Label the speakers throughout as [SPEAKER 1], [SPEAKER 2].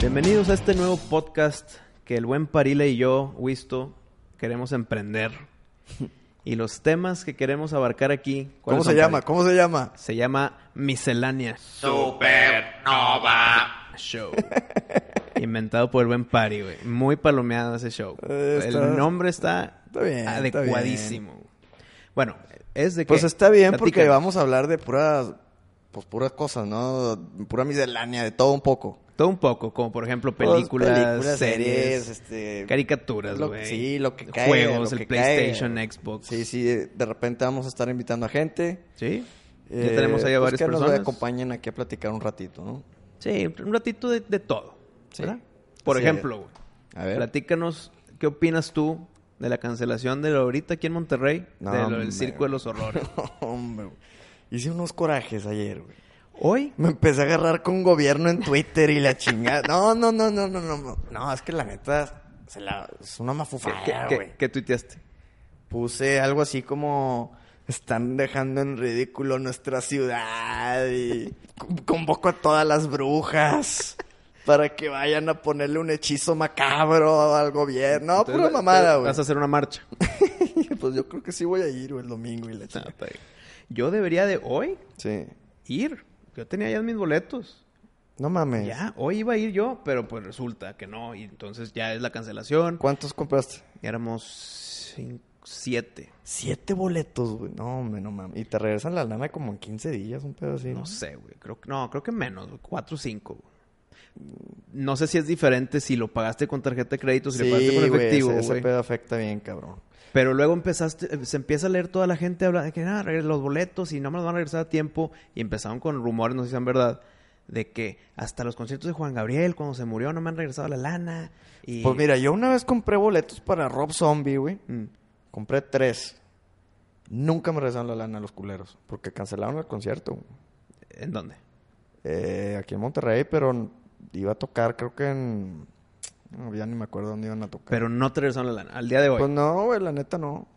[SPEAKER 1] Bienvenidos a este nuevo podcast que el buen Parile y yo, Wisto, queremos emprender. Y los temas que queremos abarcar aquí. ¿cuáles
[SPEAKER 2] ¿Cómo se
[SPEAKER 1] son,
[SPEAKER 2] llama?
[SPEAKER 1] Parile?
[SPEAKER 2] ¿Cómo se llama?
[SPEAKER 1] Se llama Miscelánea
[SPEAKER 3] Supernova.
[SPEAKER 1] Show. Inventado por el buen Pari, güey. Muy palomeado ese show.
[SPEAKER 2] Eh, está-
[SPEAKER 1] el nombre está,
[SPEAKER 2] está bien, está bien.
[SPEAKER 1] adecuadísimo. Bueno, es de que.
[SPEAKER 2] Pues está bien porque
[SPEAKER 1] platícanos.
[SPEAKER 2] vamos a hablar de puras, pues puras cosas, ¿no? Pura miscelánea, de todo un poco.
[SPEAKER 1] Todo un poco, como por ejemplo
[SPEAKER 2] Pues,
[SPEAKER 1] películas,
[SPEAKER 2] películas,
[SPEAKER 1] series,
[SPEAKER 2] series, este,
[SPEAKER 1] caricaturas,
[SPEAKER 2] lo-
[SPEAKER 1] güey.
[SPEAKER 2] sí, lo que cae,
[SPEAKER 1] Juegos,
[SPEAKER 2] lo
[SPEAKER 1] el
[SPEAKER 2] que cae.
[SPEAKER 1] PlayStation, Xbox.
[SPEAKER 2] Sí, sí, de repente vamos a estar invitando a gente.
[SPEAKER 1] ¿Sí? Ya
[SPEAKER 2] Eh,
[SPEAKER 1] tenemos ahí a
[SPEAKER 2] pues,
[SPEAKER 1] varias
[SPEAKER 2] que
[SPEAKER 1] personas.
[SPEAKER 2] nos acompañen aquí a platicar un ratito, ¿no?
[SPEAKER 1] Sí, un ratito de, de todo.
[SPEAKER 2] Sí.
[SPEAKER 1] ¿verdad? Por
[SPEAKER 2] Así
[SPEAKER 1] ejemplo, güey,
[SPEAKER 2] A ver.
[SPEAKER 1] platícanos qué opinas tú de la cancelación de lo ahorita aquí en Monterrey,
[SPEAKER 2] No,
[SPEAKER 1] de lo del
[SPEAKER 2] hombre.
[SPEAKER 1] Circo de los Horrores.
[SPEAKER 2] Hombre, güey. hice unos corajes ayer, güey.
[SPEAKER 1] Hoy,
[SPEAKER 2] Me empecé a agarrar con gobierno en Twitter y la chingada. No, no, no, no, no, no. No, No, es que la neta se la- es una
[SPEAKER 1] ¿qué,
[SPEAKER 2] mafufada,
[SPEAKER 1] qué-
[SPEAKER 2] güey.
[SPEAKER 1] qué tuiteaste?
[SPEAKER 2] Puse algo así como están dejando en ridículo nuestra ciudad y con- convoco a todas las brujas para que vayan a ponerle un hechizo macabro al gobierno. No,
[SPEAKER 1] Entonces,
[SPEAKER 2] pura
[SPEAKER 1] va-
[SPEAKER 2] mamada, güey.
[SPEAKER 1] Vas a hacer una marcha.
[SPEAKER 2] Pues yo creo que sí voy a ir, güey, el domingo y la
[SPEAKER 1] No,
[SPEAKER 2] chingada.
[SPEAKER 1] está bien. Yo debería de hoy
[SPEAKER 2] Sí.
[SPEAKER 1] ir. Yo tenía ya mis boletos.
[SPEAKER 2] No mames.
[SPEAKER 1] Ya, hoy iba a ir yo, pero pues resulta que no. Y entonces ya es la cancelación.
[SPEAKER 2] ¿Cuántos compraste?
[SPEAKER 1] Y éramos cinco- siete.
[SPEAKER 2] Siete boletos, güey. No, hombre, no mames. Y te regresan la lana como en 15 días, un pedo así.
[SPEAKER 1] No sé, güey. Creo, que- no, creo que menos, güey. Cuatro o cinco. güey. No sé si es diferente si lo pagaste con tarjeta de crédito, pues, si
[SPEAKER 2] Sí,
[SPEAKER 1] lo pagaste con
[SPEAKER 2] güey,
[SPEAKER 1] efectivo,
[SPEAKER 2] ese, ese
[SPEAKER 1] güey.
[SPEAKER 2] pedo afecta bien, cabrón.
[SPEAKER 1] Pero luego empezaste, eh, se empieza a leer toda la gente habla de que nada, los boletos y no me los van a regresar a tiempo. Y empezaron con rumores, no sé si sean verdad, de que hasta los conciertos de Juan Gabriel, cuando se murió, no me han regresado la lana. Y...
[SPEAKER 2] Pues mira, yo una vez compré boletos para Rob Zombie, güey.
[SPEAKER 1] Mm.
[SPEAKER 2] Compré tres. Nunca me regresaron la lana a los culeros. Porque cancelaron el concierto. güey.
[SPEAKER 1] ¿En dónde?
[SPEAKER 2] Eh, aquí en Monterrey, pero n- iba a tocar, creo que en. No, ya ni me acuerdo dónde iban a tocar.
[SPEAKER 1] Pero no te regresaron la lana. Al día de hoy,
[SPEAKER 2] Pues
[SPEAKER 1] pues,
[SPEAKER 2] no, güey, la neta no.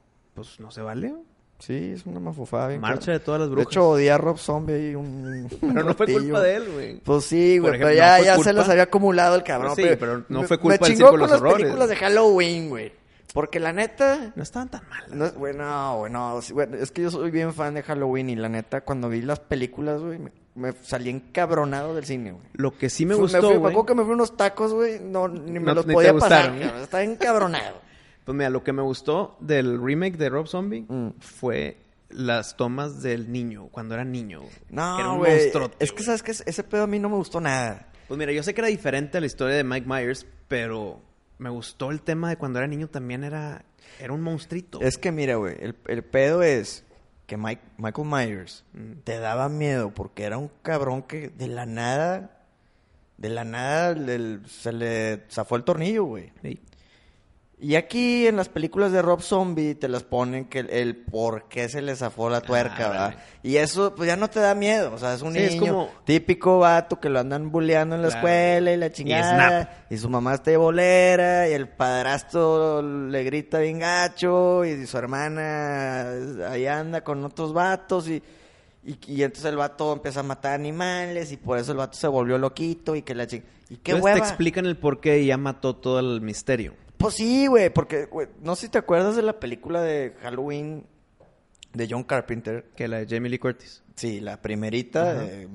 [SPEAKER 1] no se vale. güey.
[SPEAKER 2] Sí, es una mafufada. bien
[SPEAKER 1] Marcha
[SPEAKER 2] cabrón.
[SPEAKER 1] de todas las
[SPEAKER 2] Pues, De
[SPEAKER 1] brujas.
[SPEAKER 2] hecho, odié a Rob Zombie ahí un.
[SPEAKER 1] pero no fue culpa
[SPEAKER 2] él.
[SPEAKER 1] de él, güey.
[SPEAKER 2] Pues sí,
[SPEAKER 1] Por
[SPEAKER 2] güey,
[SPEAKER 1] ejemplo,
[SPEAKER 2] pero ya,
[SPEAKER 1] no fue
[SPEAKER 2] ya
[SPEAKER 1] culpa.
[SPEAKER 2] se los había acumulado el cabrón.
[SPEAKER 1] Pues sí, pero no
[SPEAKER 2] me-
[SPEAKER 1] fue culpa
[SPEAKER 2] Me
[SPEAKER 1] del
[SPEAKER 2] chingó
[SPEAKER 1] Circo de los
[SPEAKER 2] con las
[SPEAKER 1] Horrores.
[SPEAKER 2] películas de Halloween, güey. Porque la neta...
[SPEAKER 1] No estaban tan mal.
[SPEAKER 2] No, es- güey, no, güey, no, sí, güey, es que yo soy bien fan de Halloween y la neta, cuando vi las películas, güey, me, me salí encabronado del cine, güey.
[SPEAKER 1] Lo que sí me
[SPEAKER 2] Fui-
[SPEAKER 1] gustó,
[SPEAKER 2] fui- me
[SPEAKER 1] güey.
[SPEAKER 2] acuerdo que me fui a unos tacos, güey, no, ni me
[SPEAKER 1] No,
[SPEAKER 2] los
[SPEAKER 1] ni te
[SPEAKER 2] podía
[SPEAKER 1] gustaron,
[SPEAKER 2] pasar,
[SPEAKER 1] ¿eh?
[SPEAKER 2] cabrón, estaba encabronado.
[SPEAKER 1] Pues mira, lo que me gustó del remake de Rob Zombie
[SPEAKER 2] Mm.
[SPEAKER 1] fue las tomas del niño, cuando era niño. güey. Que era
[SPEAKER 2] No,
[SPEAKER 1] un
[SPEAKER 2] güey,
[SPEAKER 1] monstruote,
[SPEAKER 2] es que
[SPEAKER 1] güey.
[SPEAKER 2] sabes que ese pedo a mí no me gustó nada.
[SPEAKER 1] Pues mira, yo sé que era diferente a la historia de Mike Myers, pero me gustó el tema de cuando era niño también era, era un monstruito.
[SPEAKER 2] Es que mira, güey, el, el pedo es que Mike, Michael Myers
[SPEAKER 1] Mm.
[SPEAKER 2] te daba miedo porque era un cabrón que de la nada, de la nada le- se le zafó el tornillo, güey.
[SPEAKER 1] Sí.
[SPEAKER 2] Y aquí en las películas de Rob Zombie te las ponen que el, el por qué se le zafó la tuerca,
[SPEAKER 1] Ah,
[SPEAKER 2] ¿verdad?
[SPEAKER 1] vale.
[SPEAKER 2] Y eso pues ya no te da miedo, o sea, es un
[SPEAKER 1] Sí,
[SPEAKER 2] niño
[SPEAKER 1] es como-
[SPEAKER 2] típico vato que lo andan buleando en la
[SPEAKER 1] Claro.
[SPEAKER 2] escuela y la
[SPEAKER 1] snap.
[SPEAKER 2] chingada. Y, su mamá está de bolera y el padrastro le grita bien gacho y su hermana ahí anda con otros vatos y... Y, y entonces el vato empieza a matar animales y por eso el vato se volvió loquito y que la chingada... ¿Y qué
[SPEAKER 1] Entonces
[SPEAKER 2] hueva?
[SPEAKER 1] te explican el por qué y ya mató todo el misterio.
[SPEAKER 2] Pues sí, güey, porque güey, no sé si te acuerdas de la película de Halloween de John Carpenter.
[SPEAKER 1] Que la de Jamie Lee Curtis.
[SPEAKER 2] Sí, la primerita de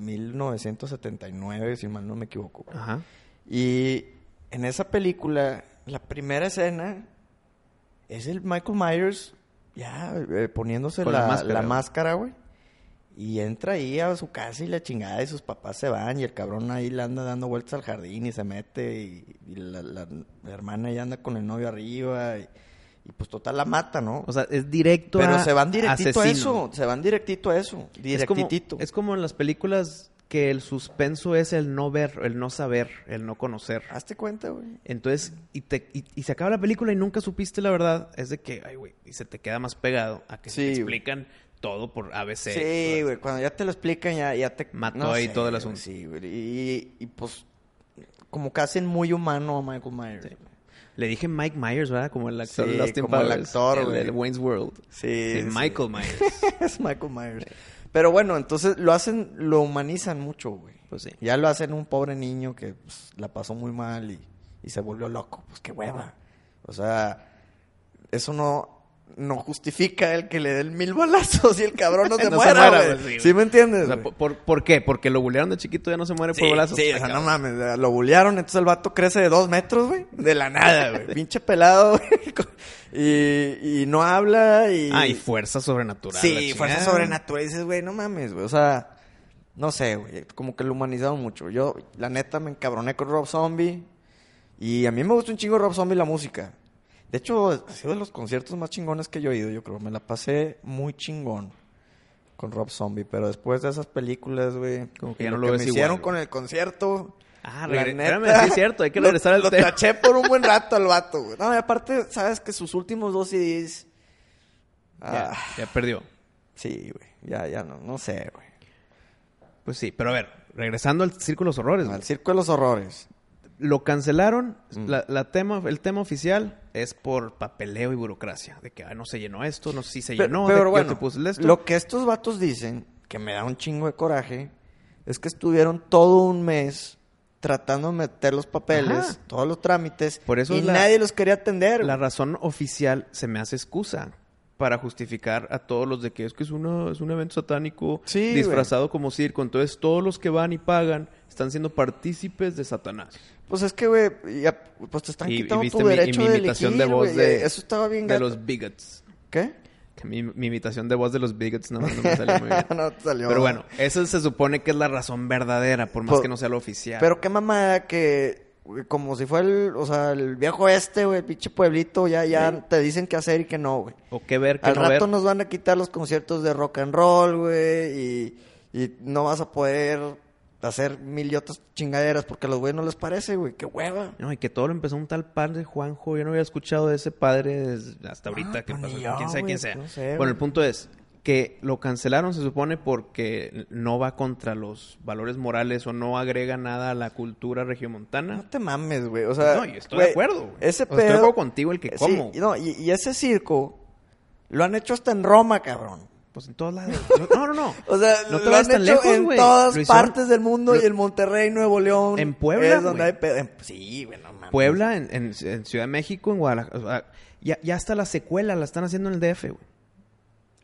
[SPEAKER 2] 1979, si mal no me equivoco.
[SPEAKER 1] Ajá.
[SPEAKER 2] Y en esa película, la primera escena es el Michael Myers ya eh, poniéndose
[SPEAKER 1] Con
[SPEAKER 2] la,
[SPEAKER 1] la
[SPEAKER 2] la
[SPEAKER 1] máscara,
[SPEAKER 2] máscara,
[SPEAKER 1] güey.
[SPEAKER 2] güey. Y entra ahí a su casa y la chingada y sus papás se van y el cabrón ahí le anda dando vueltas al jardín y se mete y, y la, la- la hermana ahí anda con el novio arriba y, y pues total la mata, ¿no?
[SPEAKER 1] O sea, es directo
[SPEAKER 2] Pero
[SPEAKER 1] a
[SPEAKER 2] se van directito a
[SPEAKER 1] asesino.
[SPEAKER 2] eso, se van directito a eso,
[SPEAKER 1] Es como,
[SPEAKER 2] directitito.
[SPEAKER 1] es como en las películas que el suspenso es el no ver, el no saber, el no conocer.
[SPEAKER 2] Hazte cuenta, güey.
[SPEAKER 1] Entonces, y, te, y, y se acaba la película y nunca supiste la verdad, es de que, ay, güey, y se te queda más pegado a que
[SPEAKER 2] Sí,
[SPEAKER 1] se te
[SPEAKER 2] güey.
[SPEAKER 1] explican todo por ABC.
[SPEAKER 2] Sí, güey, cuando ya te lo explican, ya, ya te...
[SPEAKER 1] Mató ahí todo el
[SPEAKER 2] güey,
[SPEAKER 1] asunto.
[SPEAKER 2] Sí, güey, y, y, pues como que hacen muy humano a Michael Myers.
[SPEAKER 1] Sí.
[SPEAKER 2] güey.
[SPEAKER 1] Le dije Mike Myers, ¿verdad? Como el actor
[SPEAKER 2] Sí,
[SPEAKER 1] de Austin
[SPEAKER 2] como el
[SPEAKER 1] Powers,
[SPEAKER 2] actor,
[SPEAKER 1] el
[SPEAKER 2] güey.
[SPEAKER 1] del Wayne's World.
[SPEAKER 2] Sí,
[SPEAKER 1] Sí,
[SPEAKER 2] sí.
[SPEAKER 1] Michael Myers.
[SPEAKER 2] es Michael Myers. Pero bueno, entonces lo hacen, lo humanizan mucho, güey.
[SPEAKER 1] Pues sí.
[SPEAKER 2] Ya lo hacen un pobre niño que pues, la pasó muy mal y, y se volvió loco. Pues qué hueva. O sea, eso no, no justifica el que le den mil balazos y el cabrón no
[SPEAKER 1] No
[SPEAKER 2] se
[SPEAKER 1] se muera,
[SPEAKER 2] muera, güey.
[SPEAKER 1] pues, sí, güey.
[SPEAKER 2] ¿Sí me entiendes?
[SPEAKER 1] O sea, por,
[SPEAKER 2] güey?
[SPEAKER 1] por- ¿por qué? Porque lo bulearon de chiquito, ya no se muere
[SPEAKER 2] Sí,
[SPEAKER 1] por balazos.
[SPEAKER 2] sí,
[SPEAKER 1] Ay,
[SPEAKER 2] o sea, no
[SPEAKER 1] cabrón.
[SPEAKER 2] mames, lo bullearon, entonces el vato crece de dos metros, güey, de la nada, güey, pinche pelado, güey, con- y, y no habla, y...
[SPEAKER 1] Ah, y fuerza sobrenatural. la
[SPEAKER 2] Sí,
[SPEAKER 1] chingada.
[SPEAKER 2] fuerza sobrenatural. Y dices, güey, no mames, güey. O sea, no sé, güey. Como que lo humanizaron mucho. Yo, la neta, me encabroné con Rob Zombie. Y a mí me gusta un chingo Rob Zombie la música. De hecho, ha sido de los conciertos más chingones que yo he ido, yo creo. Me la pasé muy chingón con Rob Zombie. Pero después de esas películas, güey.
[SPEAKER 1] Como que
[SPEAKER 2] y
[SPEAKER 1] ya no lo
[SPEAKER 2] que
[SPEAKER 1] ves
[SPEAKER 2] me
[SPEAKER 1] igual,
[SPEAKER 2] hicieron
[SPEAKER 1] güey.
[SPEAKER 2] con el concierto.
[SPEAKER 1] Ah,
[SPEAKER 2] la
[SPEAKER 1] regre-
[SPEAKER 2] neta,
[SPEAKER 1] espérame, sí es cierto, hay que
[SPEAKER 2] lo-
[SPEAKER 1] regresar al
[SPEAKER 2] lo
[SPEAKER 1] tema.
[SPEAKER 2] taché por un buen rato al vato, güey. No, y aparte, sabes que sus últimos dos CDs.
[SPEAKER 1] Ya,
[SPEAKER 2] ah,
[SPEAKER 1] ya perdió.
[SPEAKER 2] Sí, güey. Ya, ya no, no sé, güey.
[SPEAKER 1] Pues sí, pero a ver, regresando al Círculo de los Horrores. güey.
[SPEAKER 2] Al Mm. circo de los horrores.
[SPEAKER 1] Lo cancelaron, la, la tema, el tema oficial es por papeleo y burocracia. De que ah, no se llenó esto, no sé si se
[SPEAKER 2] Pe-
[SPEAKER 1] llenó,
[SPEAKER 2] pero
[SPEAKER 1] de que pues, yo
[SPEAKER 2] bueno,
[SPEAKER 1] te puse esto.
[SPEAKER 2] lo que estos vatos dicen, que me da un chingo de coraje, es que estuvieron todo un mes tratando de meter los papeles,
[SPEAKER 1] Ajá.
[SPEAKER 2] todos los trámites,
[SPEAKER 1] Por eso
[SPEAKER 2] y
[SPEAKER 1] la-
[SPEAKER 2] nadie los quería atender.
[SPEAKER 1] La
[SPEAKER 2] güey.
[SPEAKER 1] razón oficial se me hace excusa para justificar a todos los de que es que es, una, es un evento satánico
[SPEAKER 2] Sí, güey.
[SPEAKER 1] disfrazado como circo. Entonces todos los que van y pagan están siendo partícipes de Satanás.
[SPEAKER 2] Pues es que, güey, ya, pues te están
[SPEAKER 1] Y, y
[SPEAKER 2] quitando
[SPEAKER 1] viste
[SPEAKER 2] tu
[SPEAKER 1] mi, y
[SPEAKER 2] derecho
[SPEAKER 1] mi
[SPEAKER 2] de
[SPEAKER 1] imitación
[SPEAKER 2] elegir,
[SPEAKER 1] de voz
[SPEAKER 2] güey.
[SPEAKER 1] de,
[SPEAKER 2] Eso estaba bien
[SPEAKER 1] de
[SPEAKER 2] gato.
[SPEAKER 1] los bigots.
[SPEAKER 2] ¿Qué?
[SPEAKER 1] Que mi, mi imitación de voz de los bigots nada más no me salió muy bien.
[SPEAKER 2] No te salió.
[SPEAKER 1] Pero bueno, esa se supone que es la razón verdadera, por más
[SPEAKER 2] Por-
[SPEAKER 1] que no sea lo oficial.
[SPEAKER 2] Pero qué mamada que güey, como si fuera el, o sea, el viejo este, güey, el pinche pueblito, ya, ya te dicen qué hacer y qué no, güey.
[SPEAKER 1] o qué ver, qué
[SPEAKER 2] Al
[SPEAKER 1] no
[SPEAKER 2] rato
[SPEAKER 1] ver.
[SPEAKER 2] nos van a quitar los conciertos de rock and roll, güey, y, y no vas a poder hacer mil y otras chingaderas porque a los güeyes no les parece, güey, qué hueva.
[SPEAKER 1] No, y que todo lo empezó un tal padre Juanjo. Yo no había escuchado de ese padre desde- hasta ahorita.
[SPEAKER 2] Ah,
[SPEAKER 1] que
[SPEAKER 2] pues,
[SPEAKER 1] pasó,
[SPEAKER 2] ni yo,
[SPEAKER 1] quién sabe
[SPEAKER 2] güey,
[SPEAKER 1] quién sea.
[SPEAKER 2] no sé,
[SPEAKER 1] bueno,
[SPEAKER 2] güey.
[SPEAKER 1] el punto es que lo cancelaron, se supone, porque no va contra los valores morales o no agrega nada a la cultura
[SPEAKER 2] No
[SPEAKER 1] regiomontana.
[SPEAKER 2] te mames, güey, o sea...
[SPEAKER 1] No, yo estoy
[SPEAKER 2] güey,
[SPEAKER 1] de acuerdo, güey.
[SPEAKER 2] Ese
[SPEAKER 1] O sea,
[SPEAKER 2] pedo... eh,
[SPEAKER 1] estoy de acuerdo contigo, el que
[SPEAKER 2] Sí,
[SPEAKER 1] como.
[SPEAKER 2] y no, y, y ese circo lo han hecho hasta en Roma, cabrón.
[SPEAKER 1] Pues en todos lados. No, no, no.
[SPEAKER 2] O sea,
[SPEAKER 1] no te
[SPEAKER 2] lo
[SPEAKER 1] vayas
[SPEAKER 2] han
[SPEAKER 1] tan
[SPEAKER 2] hecho
[SPEAKER 1] lejos,
[SPEAKER 2] en
[SPEAKER 1] güey.
[SPEAKER 2] todas
[SPEAKER 1] Lo hicieron-
[SPEAKER 2] partes del mundo
[SPEAKER 1] lo-
[SPEAKER 2] y en Monterrey, Nuevo León.
[SPEAKER 1] En Puebla,
[SPEAKER 2] Es donde
[SPEAKER 1] güey.
[SPEAKER 2] hay pedo. en- Sí, güey, no mames.
[SPEAKER 1] Puebla, en, en- en Ciudad de México, en Guadalajara. o sea, ya, ya hasta la secuela la están haciendo en el DF, güey.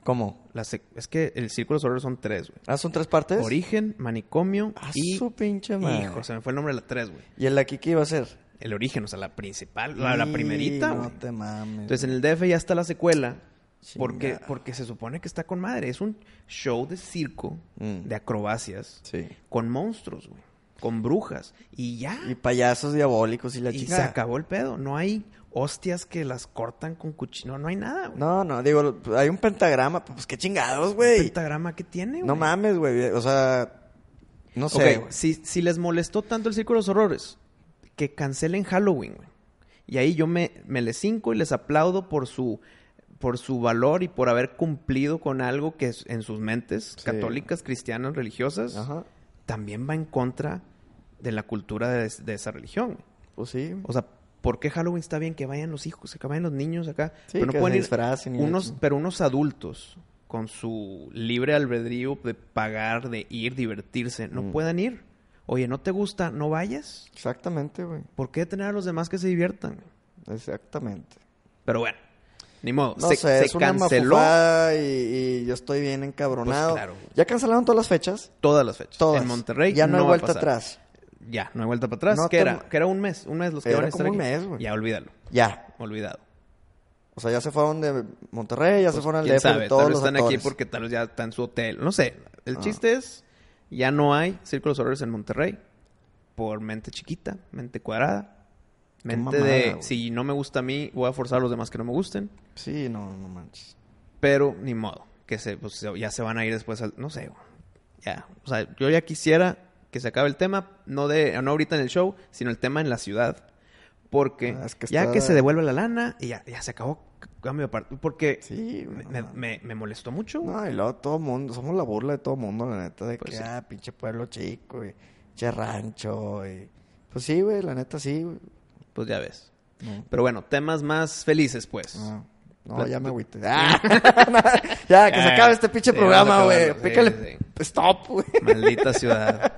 [SPEAKER 2] ¿Cómo?
[SPEAKER 1] La sec- es que el Círculo Sororo son tres, güey.
[SPEAKER 2] ¿Ah, son tres partes?
[SPEAKER 1] Origen, manicomio
[SPEAKER 2] Ah,
[SPEAKER 1] y...
[SPEAKER 2] su pinche madre.
[SPEAKER 1] Hijo, se me fue el nombre de la tres, güey.
[SPEAKER 2] ¿Y el aquí qué iba a ser?
[SPEAKER 1] El origen, o sea, la principal, la, la
[SPEAKER 2] Y
[SPEAKER 1] primerita,
[SPEAKER 2] No
[SPEAKER 1] güey.
[SPEAKER 2] te mames.
[SPEAKER 1] Entonces en el DF ya está la secuela. Porque,
[SPEAKER 2] Chingada.
[SPEAKER 1] porque se supone que está con madre. Es un show de circo,
[SPEAKER 2] Mm.
[SPEAKER 1] de acrobacias,
[SPEAKER 2] Sí.
[SPEAKER 1] con monstruos, güey. Con brujas. Y ya.
[SPEAKER 2] Y payasos diabólicos y la
[SPEAKER 1] Y
[SPEAKER 2] chica.
[SPEAKER 1] se acabó el pedo. No hay hostias que las cortan con cuchillo. No, no hay nada, güey.
[SPEAKER 2] No, no, digo, hay un pentagrama. Pues qué chingados, güey.
[SPEAKER 1] pentagrama que tiene, güey.
[SPEAKER 2] No mames, güey. O sea, no sé.
[SPEAKER 1] Ok,
[SPEAKER 2] güey.
[SPEAKER 1] si, si les molestó tanto el Círculo de los Horrores, que cancelen Halloween, güey. Y ahí yo me, me les cinco y les aplaudo por su, por su valor y por haber cumplido con algo que es- en sus mentes,
[SPEAKER 2] Sí.
[SPEAKER 1] católicas, cristianas, religiosas,
[SPEAKER 2] Ajá.
[SPEAKER 1] también va en contra de la cultura de, de esa religión. güey.
[SPEAKER 2] Pues sí.
[SPEAKER 1] O sea, ¿por qué Halloween está bien que vayan los hijos, que vayan los niños acá?
[SPEAKER 2] Sí, que se disfracen y la
[SPEAKER 1] unos,
[SPEAKER 2] chingada.
[SPEAKER 1] pero unos adultos con su libre albedrío de pagar, de ir, divertirse,
[SPEAKER 2] Mm.
[SPEAKER 1] no puedan ir. Oye, ¿no te gusta? ¿No vayas?
[SPEAKER 2] Exactamente, güey.
[SPEAKER 1] ¿Por qué tener a los demás que se diviertan?
[SPEAKER 2] Exactamente.
[SPEAKER 1] Pero bueno, ni modo.
[SPEAKER 2] No
[SPEAKER 1] se
[SPEAKER 2] sé,
[SPEAKER 1] se
[SPEAKER 2] es una
[SPEAKER 1] canceló
[SPEAKER 2] mafufada y, y yo estoy bien encabronado.
[SPEAKER 1] Pues claro.
[SPEAKER 2] Ya cancelaron todas las fechas.
[SPEAKER 1] todas las fechas.
[SPEAKER 2] Todas.
[SPEAKER 1] En Monterrey
[SPEAKER 2] Ya no, hay
[SPEAKER 1] va a
[SPEAKER 2] vuelta
[SPEAKER 1] pasar.
[SPEAKER 2] atrás.
[SPEAKER 1] Ya, no hay vuelta para atrás.
[SPEAKER 2] No
[SPEAKER 1] que,
[SPEAKER 2] te-
[SPEAKER 1] era, que era un mes, un mes los que
[SPEAKER 2] Era
[SPEAKER 1] van a estar
[SPEAKER 2] como un
[SPEAKER 1] aquí.
[SPEAKER 2] mes, güey.
[SPEAKER 1] Ya, olvídalo.
[SPEAKER 2] Ya.
[SPEAKER 1] Olvidado.
[SPEAKER 2] O sea, ya se fueron de Monterrey, ya se fueron al
[SPEAKER 1] Pues, ¿Quién
[SPEAKER 2] DF
[SPEAKER 1] sabe?
[SPEAKER 2] de todos
[SPEAKER 1] tal vez
[SPEAKER 2] los
[SPEAKER 1] están
[SPEAKER 2] actores. Ah.
[SPEAKER 1] aquí porque tal vez ya está en su hotel. No sé. El chiste es, ya no hay círculos horarios en Monterrey por mente chiquita, mente cuadrada, mente
[SPEAKER 2] mamada,
[SPEAKER 1] de
[SPEAKER 2] güey.
[SPEAKER 1] si no me gusta a mí, voy a forzar a los demás que no me gusten.
[SPEAKER 2] Sí, no, no manches.
[SPEAKER 1] Pero ni modo, que se, pues, se- ya se van a ir después al. No sé, güey. ya. O sea, yo ya quisiera que se acabe el tema, no, de, no ahorita en el show, sino el tema en la ciudad. Porque
[SPEAKER 2] Ah, es que
[SPEAKER 1] ya
[SPEAKER 2] está-
[SPEAKER 1] que se devuelve la lana y ya, ya se acabó. Cambio de parte. Porque
[SPEAKER 2] Sí,
[SPEAKER 1] me,
[SPEAKER 2] no
[SPEAKER 1] me-
[SPEAKER 2] mames.
[SPEAKER 1] me- me molestó mucho. güey.
[SPEAKER 2] No, y luego todo mundo, somos la burla de todo mundo, la neta, de
[SPEAKER 1] Pues
[SPEAKER 2] que,
[SPEAKER 1] sí.
[SPEAKER 2] ah, pinche pueblo chico, y pinche rancho, y... Pues sí, güey, la neta sí, güey.
[SPEAKER 1] Pues ya ves.
[SPEAKER 2] No. Ah.
[SPEAKER 1] Pero bueno, temas más felices, pues.
[SPEAKER 2] No, no
[SPEAKER 1] Plat-
[SPEAKER 2] ya me agüité. Ah, ya, que se
[SPEAKER 1] Ah,
[SPEAKER 2] acabe este pinche
[SPEAKER 1] sí,
[SPEAKER 2] programa,
[SPEAKER 1] vamos a
[SPEAKER 2] güey.
[SPEAKER 1] acabarlo, sí,
[SPEAKER 2] Pícale stop, güey.
[SPEAKER 1] Maldita ciudad.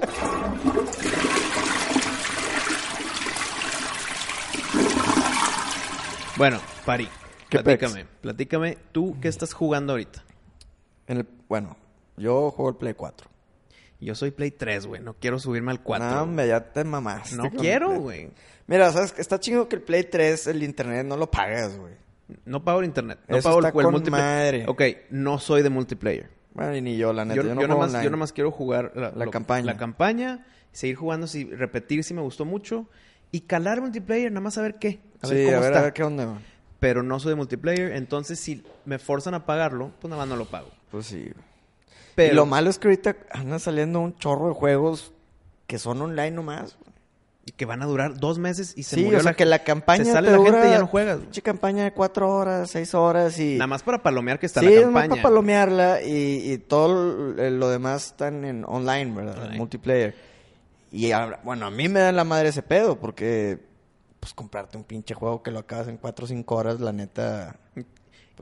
[SPEAKER 1] Bueno, Pari,
[SPEAKER 2] ¿Qué
[SPEAKER 1] platícame, platícame, tú qué estás jugando ahorita.
[SPEAKER 2] En el- bueno, yo juego el Play 4.
[SPEAKER 1] Yo soy Play 3, güey, no quiero subirme al 4.
[SPEAKER 2] No,
[SPEAKER 1] güey.
[SPEAKER 2] hombre, ya te mamaste.
[SPEAKER 1] No
[SPEAKER 2] con el
[SPEAKER 1] quiero,
[SPEAKER 2] Play.
[SPEAKER 1] güey.
[SPEAKER 2] Mira, sabes que está chingo que el Play 3, el internet, no lo pagas, güey.
[SPEAKER 1] No pago el internet, no
[SPEAKER 2] Eso
[SPEAKER 1] pago el,
[SPEAKER 2] está
[SPEAKER 1] el
[SPEAKER 2] con madre.
[SPEAKER 1] multiplayer. Ok, no soy de multiplayer.
[SPEAKER 2] Bueno, y ni yo, la neta.
[SPEAKER 1] Yo,
[SPEAKER 2] Yo,
[SPEAKER 1] yo,
[SPEAKER 2] no juego
[SPEAKER 1] nomás, yo
[SPEAKER 2] online.
[SPEAKER 1] nomás quiero jugar la,
[SPEAKER 2] La campaña.
[SPEAKER 1] La campaña, seguir jugando, si, repetir si me gustó mucho. Y calar multiplayer, nada más a ver qué. A ver
[SPEAKER 2] sí,
[SPEAKER 1] cómo
[SPEAKER 2] a ver,
[SPEAKER 1] está.
[SPEAKER 2] a ver qué onda, güey.
[SPEAKER 1] pero no soy de multiplayer, entonces si me forzan a pagarlo, pues nada más no lo pago.
[SPEAKER 2] Pues sí, güey.
[SPEAKER 1] Pero
[SPEAKER 2] Y lo malo es que ahorita andan saliendo un chorro de juegos que son online nomás. güey.
[SPEAKER 1] y que van a durar dos meses y se
[SPEAKER 2] sí,
[SPEAKER 1] murió
[SPEAKER 2] o sea, que la campaña
[SPEAKER 1] se sale
[SPEAKER 2] te
[SPEAKER 1] la
[SPEAKER 2] dura
[SPEAKER 1] gente y ya no juegas. güey.
[SPEAKER 2] Pinche campaña de cuatro horas, seis horas y...
[SPEAKER 1] Nada más para palomear que está
[SPEAKER 2] sí,
[SPEAKER 1] la
[SPEAKER 2] es más
[SPEAKER 1] campaña.
[SPEAKER 2] para palomearla y, y todo l- eh, lo demás están en online, ¿verdad?
[SPEAKER 1] Online.
[SPEAKER 2] En multiplayer. Y ahora- bueno, a mí me da la madre ese pedo porque pues comprarte un pinche juego que lo acabas en 4 o 5 horas, la neta... pues,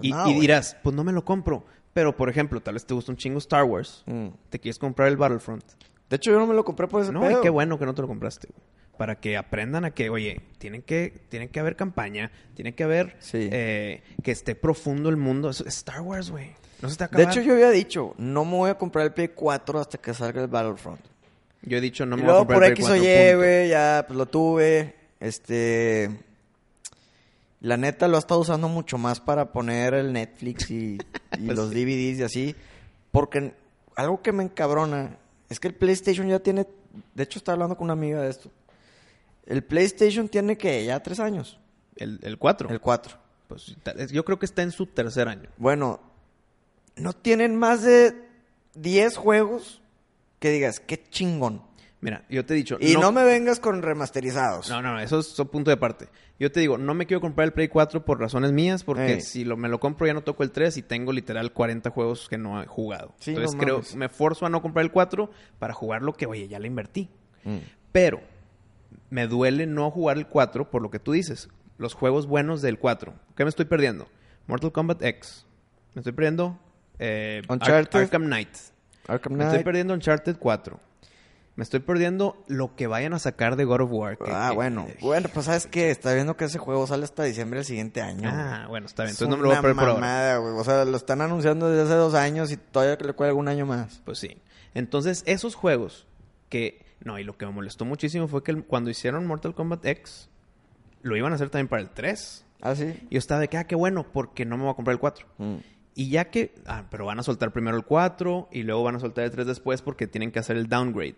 [SPEAKER 1] y,
[SPEAKER 2] no,
[SPEAKER 1] y
[SPEAKER 2] güey.
[SPEAKER 1] dirás, pues no me lo compro. Pero por ejemplo, tal vez te gusta un chingo Star Wars,
[SPEAKER 2] Mm.
[SPEAKER 1] te quieres comprar el Battlefront.
[SPEAKER 2] De hecho, yo no me lo compré por ese
[SPEAKER 1] No,
[SPEAKER 2] pedo.
[SPEAKER 1] y qué bueno que no te lo compraste. güey. Para que aprendan a que, oye, tienen que, tienen que haber campaña, tiene que haber
[SPEAKER 2] Sí.
[SPEAKER 1] eh, que esté profundo el mundo. Eso- Star Wars, güey. No se está
[SPEAKER 2] De
[SPEAKER 1] acabando.
[SPEAKER 2] hecho, yo había dicho, no me voy a comprar el Play 4 hasta que salga el Battlefront.
[SPEAKER 1] Yo he dicho, no
[SPEAKER 2] y
[SPEAKER 1] me voy a
[SPEAKER 2] luego
[SPEAKER 1] comprar
[SPEAKER 2] por
[SPEAKER 1] el
[SPEAKER 2] X o
[SPEAKER 1] Play
[SPEAKER 2] Y,
[SPEAKER 1] 4, punto.
[SPEAKER 2] güey, ya pues lo tuve. Este. La neta lo ha estado usando mucho más para poner el Netflix y, y
[SPEAKER 1] Pues
[SPEAKER 2] los
[SPEAKER 1] sí.
[SPEAKER 2] DVDs y así. Porque algo que me encabrona es que el PlayStation ya tiene. De hecho, estaba hablando con una amiga de esto. El PlayStation tiene que ya tres años.
[SPEAKER 1] El, el 4.
[SPEAKER 2] El 4.
[SPEAKER 1] Pues, ta- es- yo creo que está en su tercer año.
[SPEAKER 2] Bueno, no tienen más de 10 juegos que digas, qué chingón.
[SPEAKER 1] Mira, yo te he dicho.
[SPEAKER 2] Y no, me vengas con remasterizados.
[SPEAKER 1] No, no, eso es eso punto de parte. Yo te digo, no me quiero comprar el Play 4 por razones mías, porque
[SPEAKER 2] Ey.
[SPEAKER 1] si lo, me lo compro ya no toco el 3 y tengo literal 40 juegos que no he jugado.
[SPEAKER 2] Sí,
[SPEAKER 1] Entonces
[SPEAKER 2] no
[SPEAKER 1] creo,
[SPEAKER 2] mames.
[SPEAKER 1] me forzo a no comprar el 4 para jugar lo que, oye, ya le invertí.
[SPEAKER 2] Mm.
[SPEAKER 1] Pero me duele no jugar el 4 por lo que tú dices. Los juegos buenos del 4. ¿Qué me estoy perdiendo? Mortal Kombat X. Me estoy perdiendo eh, Ar-
[SPEAKER 2] Uncharted.
[SPEAKER 1] Arkham Knight.
[SPEAKER 2] Arkham
[SPEAKER 1] Me estoy
[SPEAKER 2] Knight.
[SPEAKER 1] perdiendo Uncharted 4. Me estoy perdiendo lo que vayan a sacar de God of War. que-
[SPEAKER 2] Ah,
[SPEAKER 1] que-
[SPEAKER 2] bueno.
[SPEAKER 1] eh,
[SPEAKER 2] Bueno, pues sabes que está viendo que ese juego sale hasta diciembre del siguiente año.
[SPEAKER 1] Ah, bueno, está bien.
[SPEAKER 2] Es
[SPEAKER 1] Entonces no me lo voy a
[SPEAKER 2] una
[SPEAKER 1] perder por ahora.
[SPEAKER 2] mamada, güey. O sea, lo están anunciando desde hace dos años y todavía que le cuelga un año más.
[SPEAKER 1] Pues sí. Entonces, esos juegos que... No, y lo que me molestó muchísimo fue que el- cuando hicieron Mortal Kombat X, lo iban a hacer también para el 3.
[SPEAKER 2] Ah, sí.
[SPEAKER 1] Y yo estaba de que, ah, qué bueno, porque no me voy a comprar el 4.
[SPEAKER 2] Mm.
[SPEAKER 1] Y ya que... Ah, pero van a soltar primero el 4 y luego van a soltar el 3 después porque tienen que hacer el downgrade.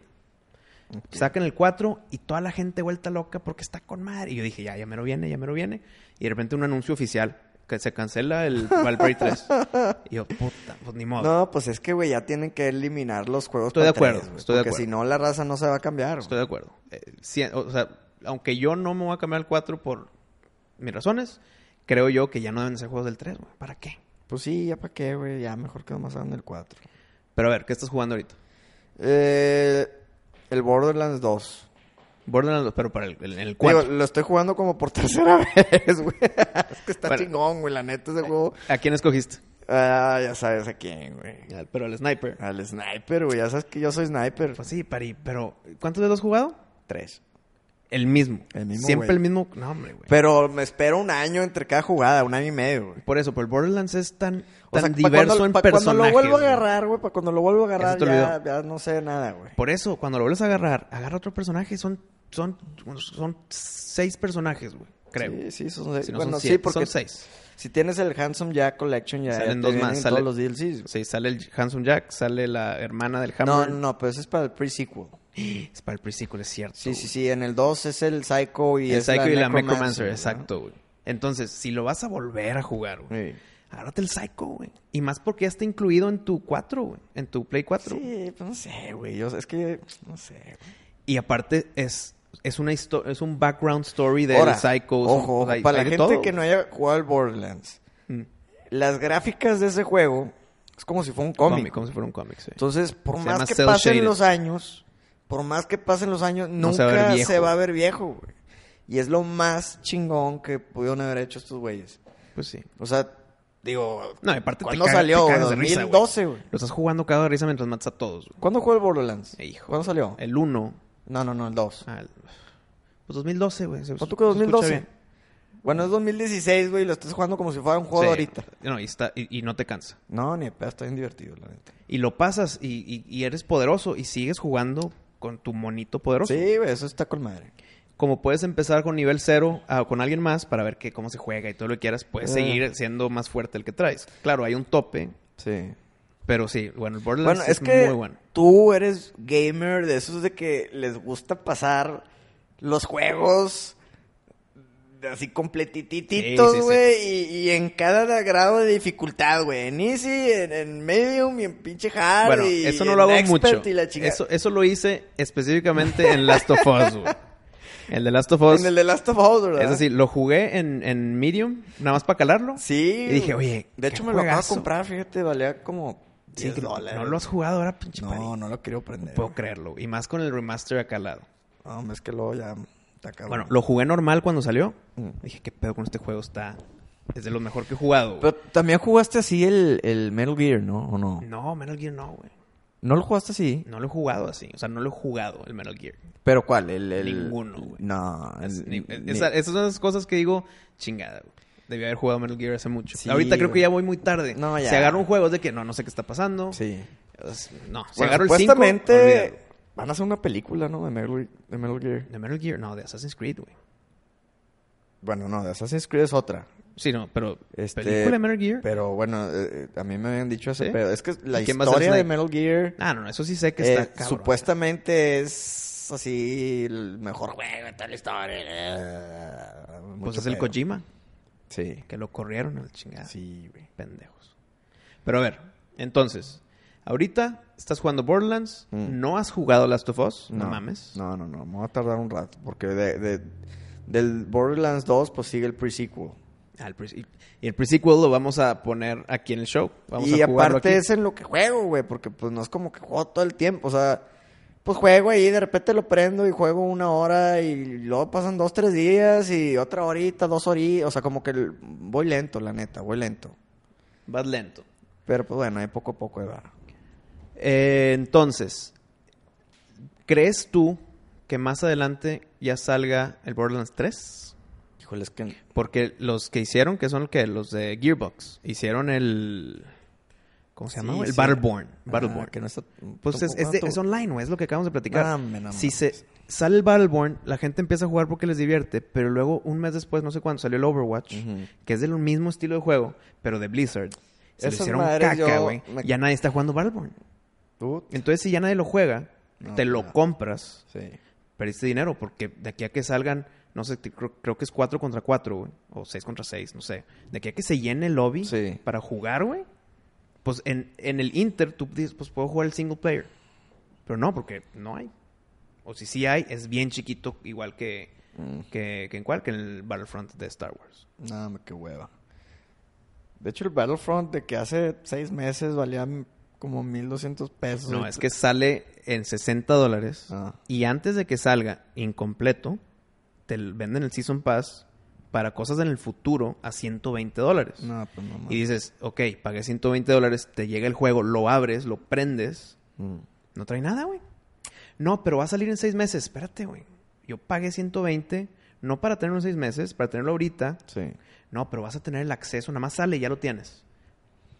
[SPEAKER 1] Sacan el 4 y toda la gente vuelta loca porque está con madre. Y yo dije, ya, ya me lo viene, ya me lo viene. Y de repente un anuncio oficial que se cancela el Valkyrie 3. Y yo, puta, pues ni modo.
[SPEAKER 2] No, pues es que, güey, ya tienen que eliminar los juegos.
[SPEAKER 1] Estoy de
[SPEAKER 2] para
[SPEAKER 1] acuerdo,
[SPEAKER 2] güey,
[SPEAKER 1] estoy de
[SPEAKER 2] Porque
[SPEAKER 1] acuerdo.
[SPEAKER 2] si no, la raza no se va a cambiar.
[SPEAKER 1] Estoy de acuerdo. Eh, sí, o sea, aunque yo no me voy a cambiar al 4 por mis razones, creo yo que ya no deben ser juegos del 3, güey. ¿Para qué?
[SPEAKER 2] Pues sí, ya para qué, güey. Ya mejor que nomás hagan el 4.
[SPEAKER 1] Pero a ver, ¿qué estás jugando ahorita?
[SPEAKER 2] Eh, el Borderlands 2.
[SPEAKER 1] Borderlands 2, pero para el, el, el
[SPEAKER 2] Digo,
[SPEAKER 1] 4.
[SPEAKER 2] lo estoy jugando como por tercera vez, güey. Es que está
[SPEAKER 1] Bueno.
[SPEAKER 2] chingón, güey. La neta, ese juego.
[SPEAKER 1] ¿A quién escogiste?
[SPEAKER 2] Ah, ya sabes a quién, güey.
[SPEAKER 1] Pero al sniper.
[SPEAKER 2] Al sniper, güey. Ya sabes que yo soy sniper.
[SPEAKER 1] Ah, Pues sí, Pari, pero ¿cuántos de los has jugado?
[SPEAKER 2] tres.
[SPEAKER 1] El mismo.
[SPEAKER 2] El mismo,
[SPEAKER 1] Siempre
[SPEAKER 2] güey.
[SPEAKER 1] el mismo. No, hombre, güey.
[SPEAKER 2] Pero me espero un año entre cada jugada, un año y medio, güey.
[SPEAKER 1] Por eso, pero el Borderlands es tan,
[SPEAKER 2] O
[SPEAKER 1] tan
[SPEAKER 2] sea, para
[SPEAKER 1] diverso
[SPEAKER 2] cuando,
[SPEAKER 1] en
[SPEAKER 2] pa'
[SPEAKER 1] personajes.
[SPEAKER 2] cuando lo vuelvo a
[SPEAKER 1] güey.
[SPEAKER 2] agarrar, güey, para cuando lo vuelvo
[SPEAKER 1] Ya
[SPEAKER 2] a
[SPEAKER 1] se
[SPEAKER 2] agarrar,
[SPEAKER 1] te
[SPEAKER 2] ya,
[SPEAKER 1] olvidó.
[SPEAKER 2] ya no sé nada, güey.
[SPEAKER 1] Por eso, cuando lo vuelves a agarrar, agarra otro personaje. Son, son, son seis personajes, güey. creo.
[SPEAKER 2] Sí, sí, son seis.
[SPEAKER 1] Si no
[SPEAKER 2] bueno,
[SPEAKER 1] son
[SPEAKER 2] sí,
[SPEAKER 1] siete,
[SPEAKER 2] porque
[SPEAKER 1] son seis.
[SPEAKER 2] si tienes el Handsome Jack Collection, ya, ya
[SPEAKER 1] Salen
[SPEAKER 2] te
[SPEAKER 1] dos
[SPEAKER 2] vienen
[SPEAKER 1] más. Sale,
[SPEAKER 2] todos los DLCs.
[SPEAKER 1] Sí, sale el Handsome Jack, sale la hermana del
[SPEAKER 2] No,
[SPEAKER 1] Hammer.
[SPEAKER 2] no, no, pero ese es para el pre-sequel.
[SPEAKER 1] Es para el pre-sequel, es cierto.
[SPEAKER 2] Sí, sí, sí. En el 2 es el Psycho y
[SPEAKER 1] el
[SPEAKER 2] es la
[SPEAKER 1] Psycho y la
[SPEAKER 2] Necromancer,
[SPEAKER 1] Necromancer,
[SPEAKER 2] ¿no?
[SPEAKER 1] exacto, güey. Entonces, si lo vas a volver a jugar, güey,
[SPEAKER 2] Sí.
[SPEAKER 1] agárrate el Psycho, güey. Y más porque ya está incluido en tu 4, güey. En tu Play 4.
[SPEAKER 2] Sí, pues no sé, güey. Yo, es que, no sé.
[SPEAKER 1] Y aparte es, es una histo- es un background story del
[SPEAKER 2] Ahora,
[SPEAKER 1] Psycho. son-
[SPEAKER 2] Ojo, ojo,
[SPEAKER 1] hay-
[SPEAKER 2] para la
[SPEAKER 1] hay de
[SPEAKER 2] gente
[SPEAKER 1] todo,
[SPEAKER 2] que no haya jugado al Borderlands,
[SPEAKER 1] Mm.
[SPEAKER 2] las gráficas de ese juego es como si fuera un cómic.
[SPEAKER 1] Cómic, como si fuera un cómic, sí.
[SPEAKER 2] Entonces, por
[SPEAKER 1] Se llama
[SPEAKER 2] más que
[SPEAKER 1] cel
[SPEAKER 2] pasen
[SPEAKER 1] shaded.
[SPEAKER 2] los años, por más que pasen los años,
[SPEAKER 1] No se va a ver
[SPEAKER 2] nunca
[SPEAKER 1] viejo.
[SPEAKER 2] se va a ver viejo, güey. Y es lo más chingón que pudieron haber hecho estos güeyes.
[SPEAKER 1] Pues sí.
[SPEAKER 2] O sea, digo,
[SPEAKER 1] No, y aparte te
[SPEAKER 2] ¿cuándo
[SPEAKER 1] caga- te
[SPEAKER 2] salió?
[SPEAKER 1] cagas de risa, güey.
[SPEAKER 2] 2012, güey.
[SPEAKER 1] Lo estás jugando cada risa mientras matas a todos, güey.
[SPEAKER 2] ¿Cuándo jugó el Borderlands?
[SPEAKER 1] Eh, hijo.
[SPEAKER 2] ¿Cuándo salió?
[SPEAKER 1] El 1
[SPEAKER 2] No, no, no, el 2.
[SPEAKER 1] al... Pues 2012, güey. se-
[SPEAKER 2] ¿Cuánto que
[SPEAKER 1] se escucha
[SPEAKER 2] 2012?
[SPEAKER 1] bien.
[SPEAKER 2] Bueno, es 2016, güey, lo estás jugando como si fuera un juego de
[SPEAKER 1] Sí.
[SPEAKER 2] ahorita.
[SPEAKER 1] No, y, está, y, y no te cansa.
[SPEAKER 2] No, ni de pedo, está bien divertido, la neta.
[SPEAKER 1] Y lo pasas y, y- y eres poderoso y sigues jugando con tu monito poderoso.
[SPEAKER 2] Sí, güey, eso está con madre.
[SPEAKER 1] Como puedes empezar con nivel cero ah, con alguien más para ver que, cómo se juega y todo lo que quieras, puedes
[SPEAKER 2] Ah.
[SPEAKER 1] seguir siendo más fuerte el que traes. Claro, hay un tope,
[SPEAKER 2] Sí.
[SPEAKER 1] pero sí, bueno, el Borderlands
[SPEAKER 2] Bueno,
[SPEAKER 1] es,
[SPEAKER 2] es que
[SPEAKER 1] muy bueno.
[SPEAKER 2] tú eres gamer de esos de que les gusta pasar los juegos así
[SPEAKER 1] Sí, sí,
[SPEAKER 2] completititos,
[SPEAKER 1] sí.
[SPEAKER 2] güey, y, y en cada grado de dificultad, güey. En easy, en, en medium y en pinche hard.
[SPEAKER 1] Bueno,
[SPEAKER 2] y
[SPEAKER 1] eso no
[SPEAKER 2] en
[SPEAKER 1] lo hago
[SPEAKER 2] expert
[SPEAKER 1] mucho.
[SPEAKER 2] y la chingada.
[SPEAKER 1] Eso, eso lo hice específicamente en Last of Us, güey. El de Last of Us.
[SPEAKER 2] en el de Last of Us, ¿verdad?
[SPEAKER 1] Es decir, lo jugué en, en Medium, nada más para calarlo.
[SPEAKER 2] Sí.
[SPEAKER 1] Y dije,
[SPEAKER 2] güey.
[SPEAKER 1] oye,
[SPEAKER 2] De
[SPEAKER 1] qué
[SPEAKER 2] hecho, me lo acabo de
[SPEAKER 1] juegazo.
[SPEAKER 2] comprar, fíjate, valía como
[SPEAKER 1] Sí,
[SPEAKER 2] 10
[SPEAKER 1] que no-
[SPEAKER 2] dólares.
[SPEAKER 1] No lo has jugado ahora, pinche
[SPEAKER 2] No,
[SPEAKER 1] París.
[SPEAKER 2] no lo quiero prender.
[SPEAKER 1] No puedo creerlo. Y más con el remaster acá al lado.
[SPEAKER 2] No, hombre, es que luego ya está cabrón.
[SPEAKER 1] Bueno, lo jugué normal cuando salió.
[SPEAKER 2] Mm.
[SPEAKER 1] Dije, qué pedo con este juego está. Es de lo mejor que he jugado. güey.
[SPEAKER 2] Pero también jugaste así el, el Metal Gear, ¿no? ¿O no?
[SPEAKER 1] No, Metal Gear no, güey.
[SPEAKER 2] No lo jugaste así.
[SPEAKER 1] No lo he jugado así. O sea, no lo he jugado el Metal Gear.
[SPEAKER 2] ¿Pero cuál? El, el-
[SPEAKER 1] Ninguno, güey.
[SPEAKER 2] No.
[SPEAKER 1] Es-
[SPEAKER 2] el-
[SPEAKER 1] ni-
[SPEAKER 2] Ah, ni-
[SPEAKER 1] esa- esas son las cosas que digo, chingada, güey. Debí haber jugado Metal Gear hace mucho.
[SPEAKER 2] Sí,
[SPEAKER 1] Ahorita creo
[SPEAKER 2] güey.
[SPEAKER 1] que ya voy muy tarde.
[SPEAKER 2] No, ya.
[SPEAKER 1] Se agarra un juego es de que no, no sé qué está pasando.
[SPEAKER 2] Sí.
[SPEAKER 1] Es- no, se
[SPEAKER 2] Bueno,
[SPEAKER 1] agarró el 5.
[SPEAKER 2] supuestamente van a hacer una película, ¿no? De Metal, de Metal Gear.
[SPEAKER 1] De Metal Gear, no, de Assassin's Creed, güey.
[SPEAKER 2] Bueno, no, de Assassin's Creed es otra.
[SPEAKER 1] Sí, no, pero.
[SPEAKER 2] Este,
[SPEAKER 1] ¿Película de Metal Gear?
[SPEAKER 2] Pero bueno, eh, eh, a mí me habían dicho ese
[SPEAKER 1] ¿Sí?
[SPEAKER 2] pedo. Es que la
[SPEAKER 1] ¿Quién va a ser
[SPEAKER 2] historia de
[SPEAKER 1] Snake?
[SPEAKER 2] Metal Gear
[SPEAKER 1] Ah, no, no, eso sí sé que
[SPEAKER 2] eh,
[SPEAKER 1] está cabrón.
[SPEAKER 2] supuestamente es así el mejor juego de toda la historia. eh,
[SPEAKER 1] Pues
[SPEAKER 2] mucho
[SPEAKER 1] es el
[SPEAKER 2] pedo.
[SPEAKER 1] Kojima,
[SPEAKER 2] Sí.
[SPEAKER 1] que lo corrieron al chingada.
[SPEAKER 2] Sí, güey.
[SPEAKER 1] Pendejos. Pero a ver, entonces, ahorita estás jugando Borderlands,
[SPEAKER 2] Mm.
[SPEAKER 1] no has jugado Last of Us, no, mames.
[SPEAKER 2] No, no, no. Me voy a tardar un rato. Porque de, de- del Borderlands 2, pues sigue el pre-sequel.
[SPEAKER 1] Ah, el pre- y- y el pre-sequel lo vamos a poner aquí en el show. Vamos
[SPEAKER 2] y
[SPEAKER 1] a jugarlo
[SPEAKER 2] aparte
[SPEAKER 1] aquí.
[SPEAKER 2] es en lo que juego, güey. Porque pues no es como que juego todo el tiempo. O sea, pues juego ahí, de repente lo prendo y juego una hora. Y luego pasan dos, tres días. Y otra horita, dos horitas. O sea, como que el- voy lento, la neta. Voy lento.
[SPEAKER 1] Vas lento.
[SPEAKER 2] Pero pues bueno, ahí poco a poco ahí va.
[SPEAKER 1] Eh, entonces, ¿crees tú que más adelante ya salga el Borderlands 3?
[SPEAKER 2] Híjole, es que...
[SPEAKER 1] Porque los que hicieron, que son que los de Gearbox, hicieron el. ¿Cómo se llama?
[SPEAKER 2] Sí,
[SPEAKER 1] güey? el
[SPEAKER 2] sí.
[SPEAKER 1] Battleborn.
[SPEAKER 2] Ajá,
[SPEAKER 1] Battleborn.
[SPEAKER 2] que no está-
[SPEAKER 1] Pues es, es
[SPEAKER 2] tampoco-
[SPEAKER 1] de-
[SPEAKER 2] no,
[SPEAKER 1] es
[SPEAKER 2] tú-
[SPEAKER 1] online, güey, es lo que acabamos de platicar.
[SPEAKER 2] No, hombre, no
[SPEAKER 1] si
[SPEAKER 2] mames.
[SPEAKER 1] se sale el Battleborn, la gente empieza a jugar porque les divierte, pero luego un mes después, no sé cuándo, salió el Overwatch,
[SPEAKER 2] Ujú.
[SPEAKER 1] que es del mismo estilo de juego, pero de Blizzard. Se lo
[SPEAKER 2] Esas
[SPEAKER 1] hicieron
[SPEAKER 2] madres
[SPEAKER 1] caca,
[SPEAKER 2] yo
[SPEAKER 1] güey.
[SPEAKER 2] me-
[SPEAKER 1] Ya nadie está jugando Battleborn.
[SPEAKER 2] Tú-
[SPEAKER 1] Entonces, si ya nadie lo juega,
[SPEAKER 2] No,
[SPEAKER 1] te lo
[SPEAKER 2] claro.
[SPEAKER 1] compras,
[SPEAKER 2] Sí.
[SPEAKER 1] perdiste dinero, porque de aquí a que salgan, no sé, te- creo, creo que es 4 contra 4, güey, o 6 contra 6, no sé. De aquí a que se llene el lobby
[SPEAKER 2] Sí.
[SPEAKER 1] para jugar, güey, pues en, en el Inter tú dices, pues puedo jugar el single player. Pero no, porque no hay. O si sí hay, es bien chiquito, igual que,
[SPEAKER 2] Mm.
[SPEAKER 1] que, que en cuál, que en el Battlefront de Star Wars.
[SPEAKER 2] No, hombre, qué hueva. De hecho, el Battlefront de que hace seis meses valía m- como 1200 pesos.
[SPEAKER 1] No, es que sale en 60 dólares.
[SPEAKER 2] Ah.
[SPEAKER 1] Y antes de que salga incompleto, te l- venden el Season Pass para cosas en el futuro a 120 dólares.
[SPEAKER 2] No, pues no mames.
[SPEAKER 1] Y dices, ok, pagué 120 dólares, te llega el juego, lo abres, lo prendes,
[SPEAKER 2] Mm.
[SPEAKER 1] no trae nada, güey. No, pero va a salir en seis meses. Espérate, güey. Yo pagué 120, no para tenerlo en seis meses, para tenerlo ahorita.
[SPEAKER 2] Sí.
[SPEAKER 1] No, pero vas a tener el acceso, nada más sale y ya lo tienes.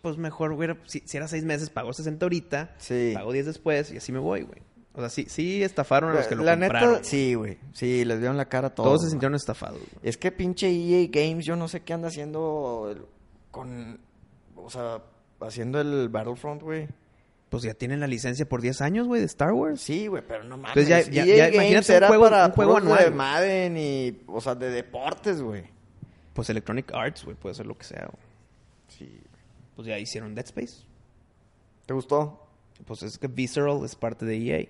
[SPEAKER 1] Pues mejor, güey, si, si era seis meses, pago 60 ahorita,
[SPEAKER 2] Sí.
[SPEAKER 1] pago 10 después y así me voy, güey. O O sea, sí, sí estafaron a los que lo
[SPEAKER 2] Pues, la
[SPEAKER 1] compraron.
[SPEAKER 2] neta, sí, güey. Sí, les vieron la cara a todos.
[SPEAKER 1] Todos se
[SPEAKER 2] güey.
[SPEAKER 1] sintieron estafados. güey.
[SPEAKER 2] Es que pinche EA Games, yo no sé qué anda haciendo el- con. O sea, haciendo el Battlefront, güey.
[SPEAKER 1] Pues ya tienen la licencia por 10 años, güey, de Star Wars.
[SPEAKER 2] Sí, güey, pero no mames.
[SPEAKER 1] Entonces Pues ya- ya-
[SPEAKER 2] EA
[SPEAKER 1] ya
[SPEAKER 2] Games
[SPEAKER 1] imagínate un
[SPEAKER 2] era
[SPEAKER 1] juego-
[SPEAKER 2] para
[SPEAKER 1] un juego
[SPEAKER 2] puros
[SPEAKER 1] anual,
[SPEAKER 2] de
[SPEAKER 1] güey.
[SPEAKER 2] Madden y. O sea, de deportes, güey.
[SPEAKER 1] Pues Electronic Arts, güey, puede ser lo que sea. güey.
[SPEAKER 2] Sí.
[SPEAKER 1] Pues ya hicieron Dead Space.
[SPEAKER 2] ¿Te gustó?
[SPEAKER 1] Pues es que Visceral es parte de EA.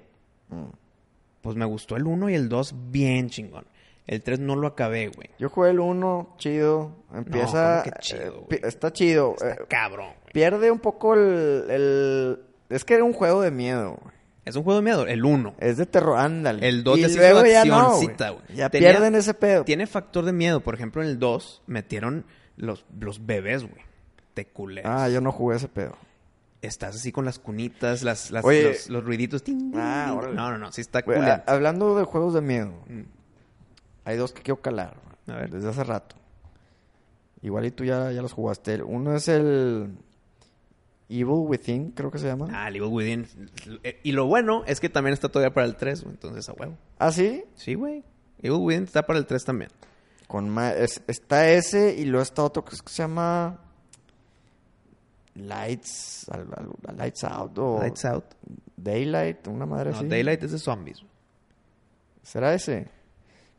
[SPEAKER 1] Pues me gustó el 1 y el 2 bien chingón. El 3 no lo acabé, güey.
[SPEAKER 2] Yo jugué el 1, chido. Empieza.
[SPEAKER 1] ¿cómo que chido,
[SPEAKER 2] eh,
[SPEAKER 1] güey?
[SPEAKER 2] pi- está chido. eh,
[SPEAKER 1] Cabrón, güey.
[SPEAKER 2] pierde un poco el, el- Es que era un juego de miedo, güey.
[SPEAKER 1] Es un juego de miedo, el 1.
[SPEAKER 2] Es de terror, ándale.
[SPEAKER 1] El 2
[SPEAKER 2] Y
[SPEAKER 1] ya se
[SPEAKER 2] luego
[SPEAKER 1] hizo
[SPEAKER 2] ya no, güey.
[SPEAKER 1] accioncita, güey.
[SPEAKER 2] Ya
[SPEAKER 1] Tenía-
[SPEAKER 2] pierden ese pedo.
[SPEAKER 1] Tiene factor de miedo. Por ejemplo, en el 2 metieron los, los bebés, güey. Te culeas.
[SPEAKER 2] Ah, yo no jugué ese pedo.
[SPEAKER 1] Estás así con las cunitas, las, las-
[SPEAKER 2] Oye.
[SPEAKER 1] los, los ruiditos. Ting, ting,
[SPEAKER 2] Ah,
[SPEAKER 1] ting.
[SPEAKER 2] órale.
[SPEAKER 1] no, no, no. Sí está
[SPEAKER 2] Güey, ah,
[SPEAKER 1] culero. Mm.
[SPEAKER 2] a- hablando de juegos de miedo, hay dos que quiero calar güey,
[SPEAKER 1] A ver.
[SPEAKER 2] desde hace rato. Igual y tú ya, ya los jugaste. El- Uno es el Evil Within, creo que se llama. Ah,
[SPEAKER 1] Ah, el Evil Within. Eh, Y lo bueno es que también está todavía para el 3, güey. Entonces, a huevo.
[SPEAKER 2] ¿Ah, sí.
[SPEAKER 1] Sí, güey. Evil Within está para el 3 también.
[SPEAKER 2] Con ma- es- está ese y luego está otro que es- que se llama Lights, al- al- Lights Out o
[SPEAKER 1] Lights Out.
[SPEAKER 2] Daylight, una madre
[SPEAKER 1] No,
[SPEAKER 2] así.
[SPEAKER 1] Daylight es de zombies. güey.
[SPEAKER 2] ¿Será ese?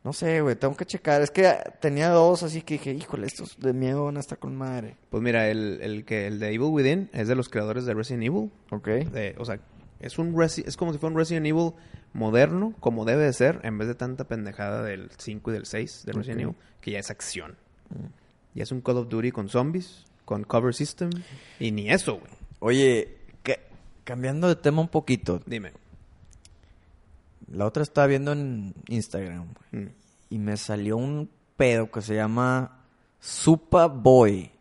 [SPEAKER 2] No sé, güey, tengo que checar. Es que tenía dos, así que dije, híjole, estos de miedo van a estar con madre.
[SPEAKER 1] Pues mira, el, el, que, el de Evil Within es de los creadores de Resident Evil.
[SPEAKER 2] Ok.
[SPEAKER 1] de- o sea, es un Resi- es como si fuera un Resident Evil moderno, como debe de ser, en vez de tanta pendejada del 5 y del 6 de Resident
[SPEAKER 2] Ok. Mm.
[SPEAKER 1] Evil, que ya es acción. Ya es un Call of Duty con zombies, con cover system, y ni eso, güey.
[SPEAKER 2] Oye, que- cambiando de tema un poquito.
[SPEAKER 1] Dime.
[SPEAKER 2] La otra estaba viendo en Instagram güey,
[SPEAKER 1] Mm.
[SPEAKER 2] y me salió un pedo que se llama Supa Boy.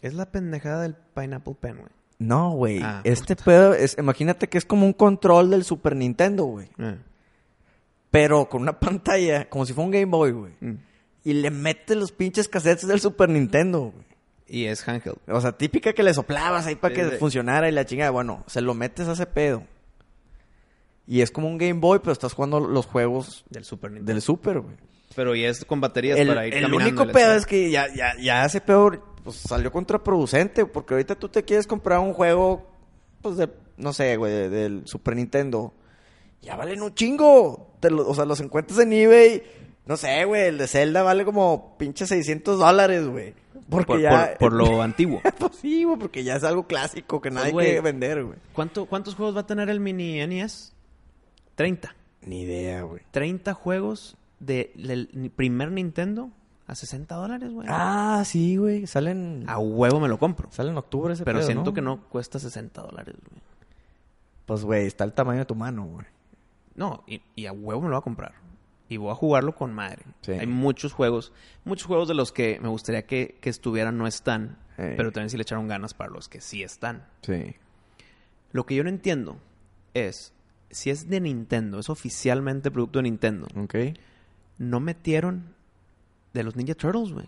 [SPEAKER 1] Es la pendejada del Pineapple Pen, güey.
[SPEAKER 2] No, güey.
[SPEAKER 1] Ah,
[SPEAKER 2] este pedo es, imagínate que es como un control del Super Nintendo, güey.
[SPEAKER 1] Ah,
[SPEAKER 2] Pero con una pantalla, como si fuera un Game Boy, güey.
[SPEAKER 1] mm.
[SPEAKER 2] Y le mete los pinches cassettes del Super Nintendo, güey.
[SPEAKER 1] Y es handheld.
[SPEAKER 2] O sea, típica que le soplabas ahí para
[SPEAKER 1] Sí,
[SPEAKER 2] que
[SPEAKER 1] sí.
[SPEAKER 2] funcionara y la chingada. Bueno, se lo metes a ese pedo. Y es como un Game Boy, pero estás jugando los juegos
[SPEAKER 1] Del Super Nintendo.
[SPEAKER 2] del Super, güey.
[SPEAKER 1] Pero y es con baterías
[SPEAKER 2] El,
[SPEAKER 1] para ir
[SPEAKER 2] el
[SPEAKER 1] caminando.
[SPEAKER 2] único pedo es que ya, ya, ya ese pedo pues, salió contraproducente, porque ahorita tú te quieres comprar un juego, pues, de, no sé, güey, de- del Super Nintendo. Ya valen un chingo. Te lo- o sea, los encuentras en eBay. No sé, güey, el de Zelda vale como pinche 600 dólares, güey. Porque
[SPEAKER 1] Por,
[SPEAKER 2] ya...
[SPEAKER 1] por- por lo antiguo.
[SPEAKER 2] Pues sí, güey, porque ya es algo clásico que nadie
[SPEAKER 1] güey.
[SPEAKER 2] quiere vender, güey.
[SPEAKER 1] ¿Cuánto- ¿Cuántos juegos va a tener el mini E NES? 30.
[SPEAKER 2] Ni idea, güey.
[SPEAKER 1] 30 juegos de- del ni- primer Nintendo a 60 dólares, güey.
[SPEAKER 2] Ah, sí, güey. Salen...
[SPEAKER 1] A huevo me lo compro.
[SPEAKER 2] Salen en octubre ese
[SPEAKER 1] Pero
[SPEAKER 2] Ah, pedo,
[SPEAKER 1] siento que no cuesta 60 dólares, güey.
[SPEAKER 2] Pues, güey, está el tamaño de tu mano, güey.
[SPEAKER 1] No, y, y a huevo me lo voy a comprar. Y voy a jugarlo con madre.
[SPEAKER 2] Sí.
[SPEAKER 1] Hay muchos juegos, muchos juegos de los que me gustaría que, que estuvieran no están.
[SPEAKER 2] Hey.
[SPEAKER 1] Pero también sí le echaron ganas para los que sí están.
[SPEAKER 2] Sí.
[SPEAKER 1] Lo que yo no entiendo es, si es de Nintendo, es oficialmente producto de Nintendo.
[SPEAKER 2] Ok.
[SPEAKER 1] no metieron de los Ninja Turtles, güey.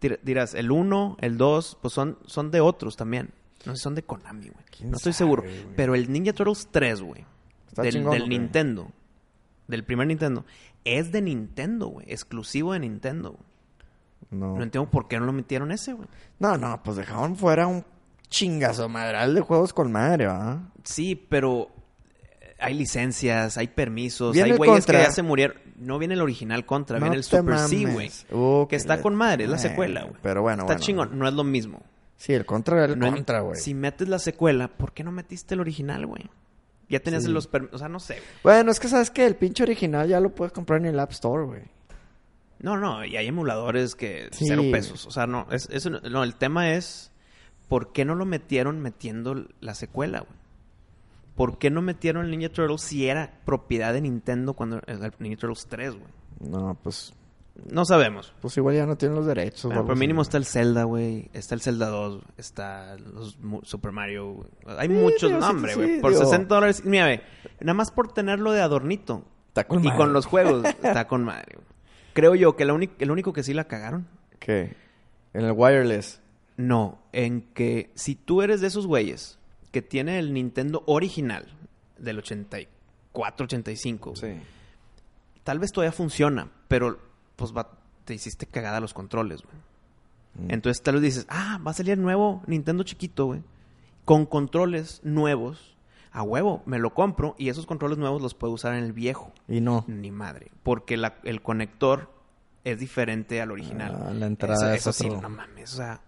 [SPEAKER 1] Dir- Dirás, el 1, el 2, pues son, son de otros también. No sé, si son de Konami, güey.
[SPEAKER 2] ¿Quién
[SPEAKER 1] No estoy
[SPEAKER 2] sabe,
[SPEAKER 1] seguro.
[SPEAKER 2] güey?
[SPEAKER 1] Pero el Ninja Turtles 3, güey.
[SPEAKER 2] Está
[SPEAKER 1] Del,
[SPEAKER 2] chingón,
[SPEAKER 1] del
[SPEAKER 2] güey.
[SPEAKER 1] Nintendo. Del primer Nintendo. Es de Nintendo, güey. Exclusivo de Nintendo. güey.
[SPEAKER 2] No.
[SPEAKER 1] No entiendo por qué no lo metieron ese, güey.
[SPEAKER 2] No, no, pues dejaron fuera un chingazo madral de juegos con madre, ¿va?
[SPEAKER 1] Sí, pero eh, hay licencias, hay permisos,
[SPEAKER 2] Viene
[SPEAKER 1] hay
[SPEAKER 2] el
[SPEAKER 1] güeyes que
[SPEAKER 2] Contra.
[SPEAKER 1] ya se murieron. No viene el original contra,
[SPEAKER 2] No
[SPEAKER 1] viene el
[SPEAKER 2] te
[SPEAKER 1] Super C,
[SPEAKER 2] mames.
[SPEAKER 1] güey.
[SPEAKER 2] Uh,
[SPEAKER 1] que
[SPEAKER 2] que
[SPEAKER 1] está
[SPEAKER 2] la-
[SPEAKER 1] con madre, es la
[SPEAKER 2] eh,
[SPEAKER 1] secuela, güey.
[SPEAKER 2] pero bueno,
[SPEAKER 1] Está
[SPEAKER 2] bueno.
[SPEAKER 1] chingón, no es lo mismo.
[SPEAKER 2] Sí, el contra era el
[SPEAKER 1] No en-
[SPEAKER 2] contra, güey.
[SPEAKER 1] Si metes la secuela, ¿por qué no metiste el original, güey? Ya tenías los permisos. O sea, no sé. güey.
[SPEAKER 2] Bueno, es que sabes que el pinche original ya lo puedes comprar en el App Store, güey.
[SPEAKER 1] No, no, y hay emuladores que
[SPEAKER 2] Sí.
[SPEAKER 1] cero pesos. O sea, no, es, eso no, no, el tema es ¿por qué no lo metieron metiendo la secuela, güey? ¿Por qué no metieron el Ninja Turtles si era propiedad de Nintendo cuando el el Ninja Turtles 3, güey?
[SPEAKER 2] No, pues,
[SPEAKER 1] No sabemos.
[SPEAKER 2] pues igual ya no tienen los derechos.
[SPEAKER 1] Pero
[SPEAKER 2] o
[SPEAKER 1] por
[SPEAKER 2] algo
[SPEAKER 1] mínimo
[SPEAKER 2] así.
[SPEAKER 1] está el Zelda, güey. Está el Zelda 2. güey. Está los mu- Super Mario. güey. Hay muchos
[SPEAKER 2] digo, sí,
[SPEAKER 1] nombres,
[SPEAKER 2] sí,
[SPEAKER 1] güey.
[SPEAKER 2] sí,
[SPEAKER 1] por
[SPEAKER 2] digo.
[SPEAKER 1] 60 dólares. Mira, güey. Nada más por tenerlo de adornito.
[SPEAKER 2] Está con
[SPEAKER 1] y
[SPEAKER 2] madre.
[SPEAKER 1] con los juegos. está con madre, güey. Creo yo que la uni- el único que sí la cagaron.
[SPEAKER 2] ¿Qué? En el wireless.
[SPEAKER 1] No. En que si tú eres de esos güeyes que tiene el Nintendo original del 80 y 4.85. güey.
[SPEAKER 2] Sí.
[SPEAKER 1] Tal vez todavía funciona, pero pues va- te hiciste cagada los controles, güey.
[SPEAKER 2] Mm.
[SPEAKER 1] Entonces tal vez dices, ah, va a salir el nuevo Nintendo chiquito, güey. Con controles nuevos. A huevo, me lo compro y esos controles nuevos los puedo usar en el viejo.
[SPEAKER 2] Y no.
[SPEAKER 1] Ni madre. Porque la- el conector es diferente al original.
[SPEAKER 2] Ah, la entrada
[SPEAKER 1] Eso,
[SPEAKER 2] es
[SPEAKER 1] eso sí,
[SPEAKER 2] otro.
[SPEAKER 1] no mames. O sea,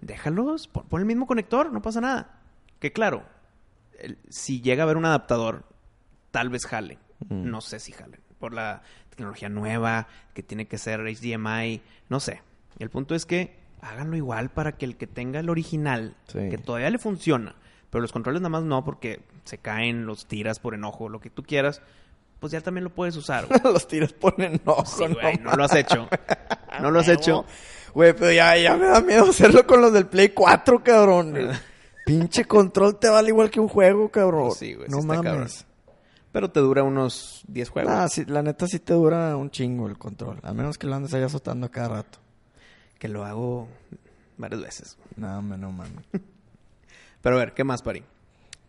[SPEAKER 1] déjalos, pon, pon el mismo conector, no pasa nada. Que claro, el- si llega a haber un adaptador, tal vez jale.
[SPEAKER 2] Mm.
[SPEAKER 1] No sé si jale. Por la tecnología nueva, que tiene que ser HDMI, no sé. El punto es que háganlo igual para que el que tenga el original,
[SPEAKER 2] Sí.
[SPEAKER 1] que todavía le funciona, pero los controles nada más no, porque se caen, los tiras por enojo, lo que tú quieras, pues ya también lo puedes usar. güey.
[SPEAKER 2] Los tiros ponen ojo,
[SPEAKER 1] Sí, güey,
[SPEAKER 2] no
[SPEAKER 1] no lo has hecho. No lo has hecho.
[SPEAKER 2] Güey, pero ya, ya me da miedo hacerlo con los del Play 4, cabrón. El
[SPEAKER 1] Ah.
[SPEAKER 2] Pinche control te vale igual que un juego, cabrón.
[SPEAKER 1] Pues sí, güey, sí
[SPEAKER 2] no
[SPEAKER 1] está cabrón.
[SPEAKER 2] mames.
[SPEAKER 1] Pero te dura unos 10 juegos.
[SPEAKER 2] Nah, sí, la neta sí te dura un chingo el control. A menos que lo andes ahí azotando a cada rato.
[SPEAKER 1] Que lo hago varias veces.
[SPEAKER 2] No, hombre, no mames.
[SPEAKER 1] Pero a ver, ¿qué más, Pari?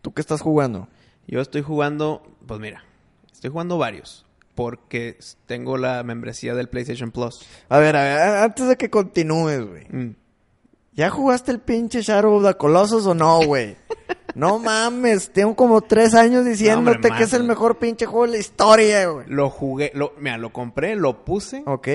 [SPEAKER 2] ¿Tú qué estás jugando?
[SPEAKER 1] Yo estoy jugando, pues mira, estoy jugando varios. Porque s- tengo la membresía del PlayStation Plus.
[SPEAKER 2] A ver, a ver, a- antes de que continúes, güey.
[SPEAKER 1] Mm.
[SPEAKER 2] ¿Ya jugaste el pinche Shadow of the Colossus o no, güey? No mames, tengo como tres años diciéndote
[SPEAKER 1] hombre,
[SPEAKER 2] que es el
[SPEAKER 1] mano.
[SPEAKER 2] mejor pinche juego de la historia, güey.
[SPEAKER 1] Lo jugué, lo, mira, lo compré, lo puse.
[SPEAKER 2] Ok.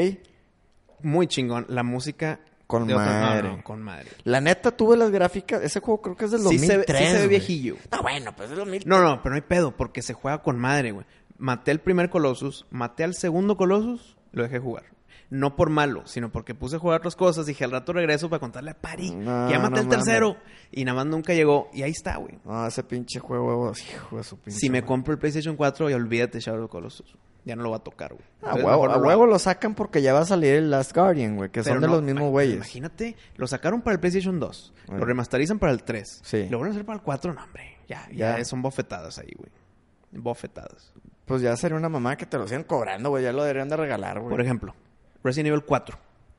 [SPEAKER 1] Muy chingón. La música.
[SPEAKER 2] Con
[SPEAKER 1] de otra- no,
[SPEAKER 2] madre.
[SPEAKER 1] no, con madre.
[SPEAKER 2] La neta, tuve las gráficas. Ese juego creo que es del
[SPEAKER 1] Sí
[SPEAKER 2] 2003,
[SPEAKER 1] se ve- sí se ve
[SPEAKER 2] güey.
[SPEAKER 1] viejillo.
[SPEAKER 2] Ah, bueno, pues es del 2003.
[SPEAKER 1] No, no, pero no hay pedo, porque se juega con madre, güey. Maté el primer Colossus, maté al segundo Colossus, lo dejé jugar. No por malo, sino porque puse a jugar otras cosas. Dije, al rato regreso para contarle a Pari.
[SPEAKER 2] No,
[SPEAKER 1] que ya maté
[SPEAKER 2] no
[SPEAKER 1] el tercero. Y nada más nunca llegó. Y ahí está, güey.
[SPEAKER 2] No, ese pinche juego, hijo de su pinche
[SPEAKER 1] Si me
[SPEAKER 2] madre.
[SPEAKER 1] compro el PlayStation 4, ya olvídate Shadow of the Colossus. Ya no lo va a tocar, güey.
[SPEAKER 2] A
[SPEAKER 1] Entonces,
[SPEAKER 2] Ah, huevo,
[SPEAKER 1] mejor
[SPEAKER 2] a
[SPEAKER 1] no lo
[SPEAKER 2] huevo
[SPEAKER 1] hago.
[SPEAKER 2] lo sacan porque ya va a salir el Last Guardian, güey, que
[SPEAKER 1] Pero
[SPEAKER 2] son de
[SPEAKER 1] no,
[SPEAKER 2] los mismos
[SPEAKER 1] ma-
[SPEAKER 2] güeyes.
[SPEAKER 1] Imagínate, lo sacaron para el PlayStation 2.
[SPEAKER 2] Bueno.
[SPEAKER 1] Lo remasterizan para el 3.
[SPEAKER 2] Sí.
[SPEAKER 1] Lo vuelven a hacer para el 4, no, hombre. Ya, ya,
[SPEAKER 2] Ya.
[SPEAKER 1] son bofetadas ahí, güey. Bofetadas.
[SPEAKER 2] Pues ya sería una mamá que te lo sigan cobrando, güey, ya lo deberían de regalar, güey.
[SPEAKER 1] Por ejemplo, Resident Evil 4.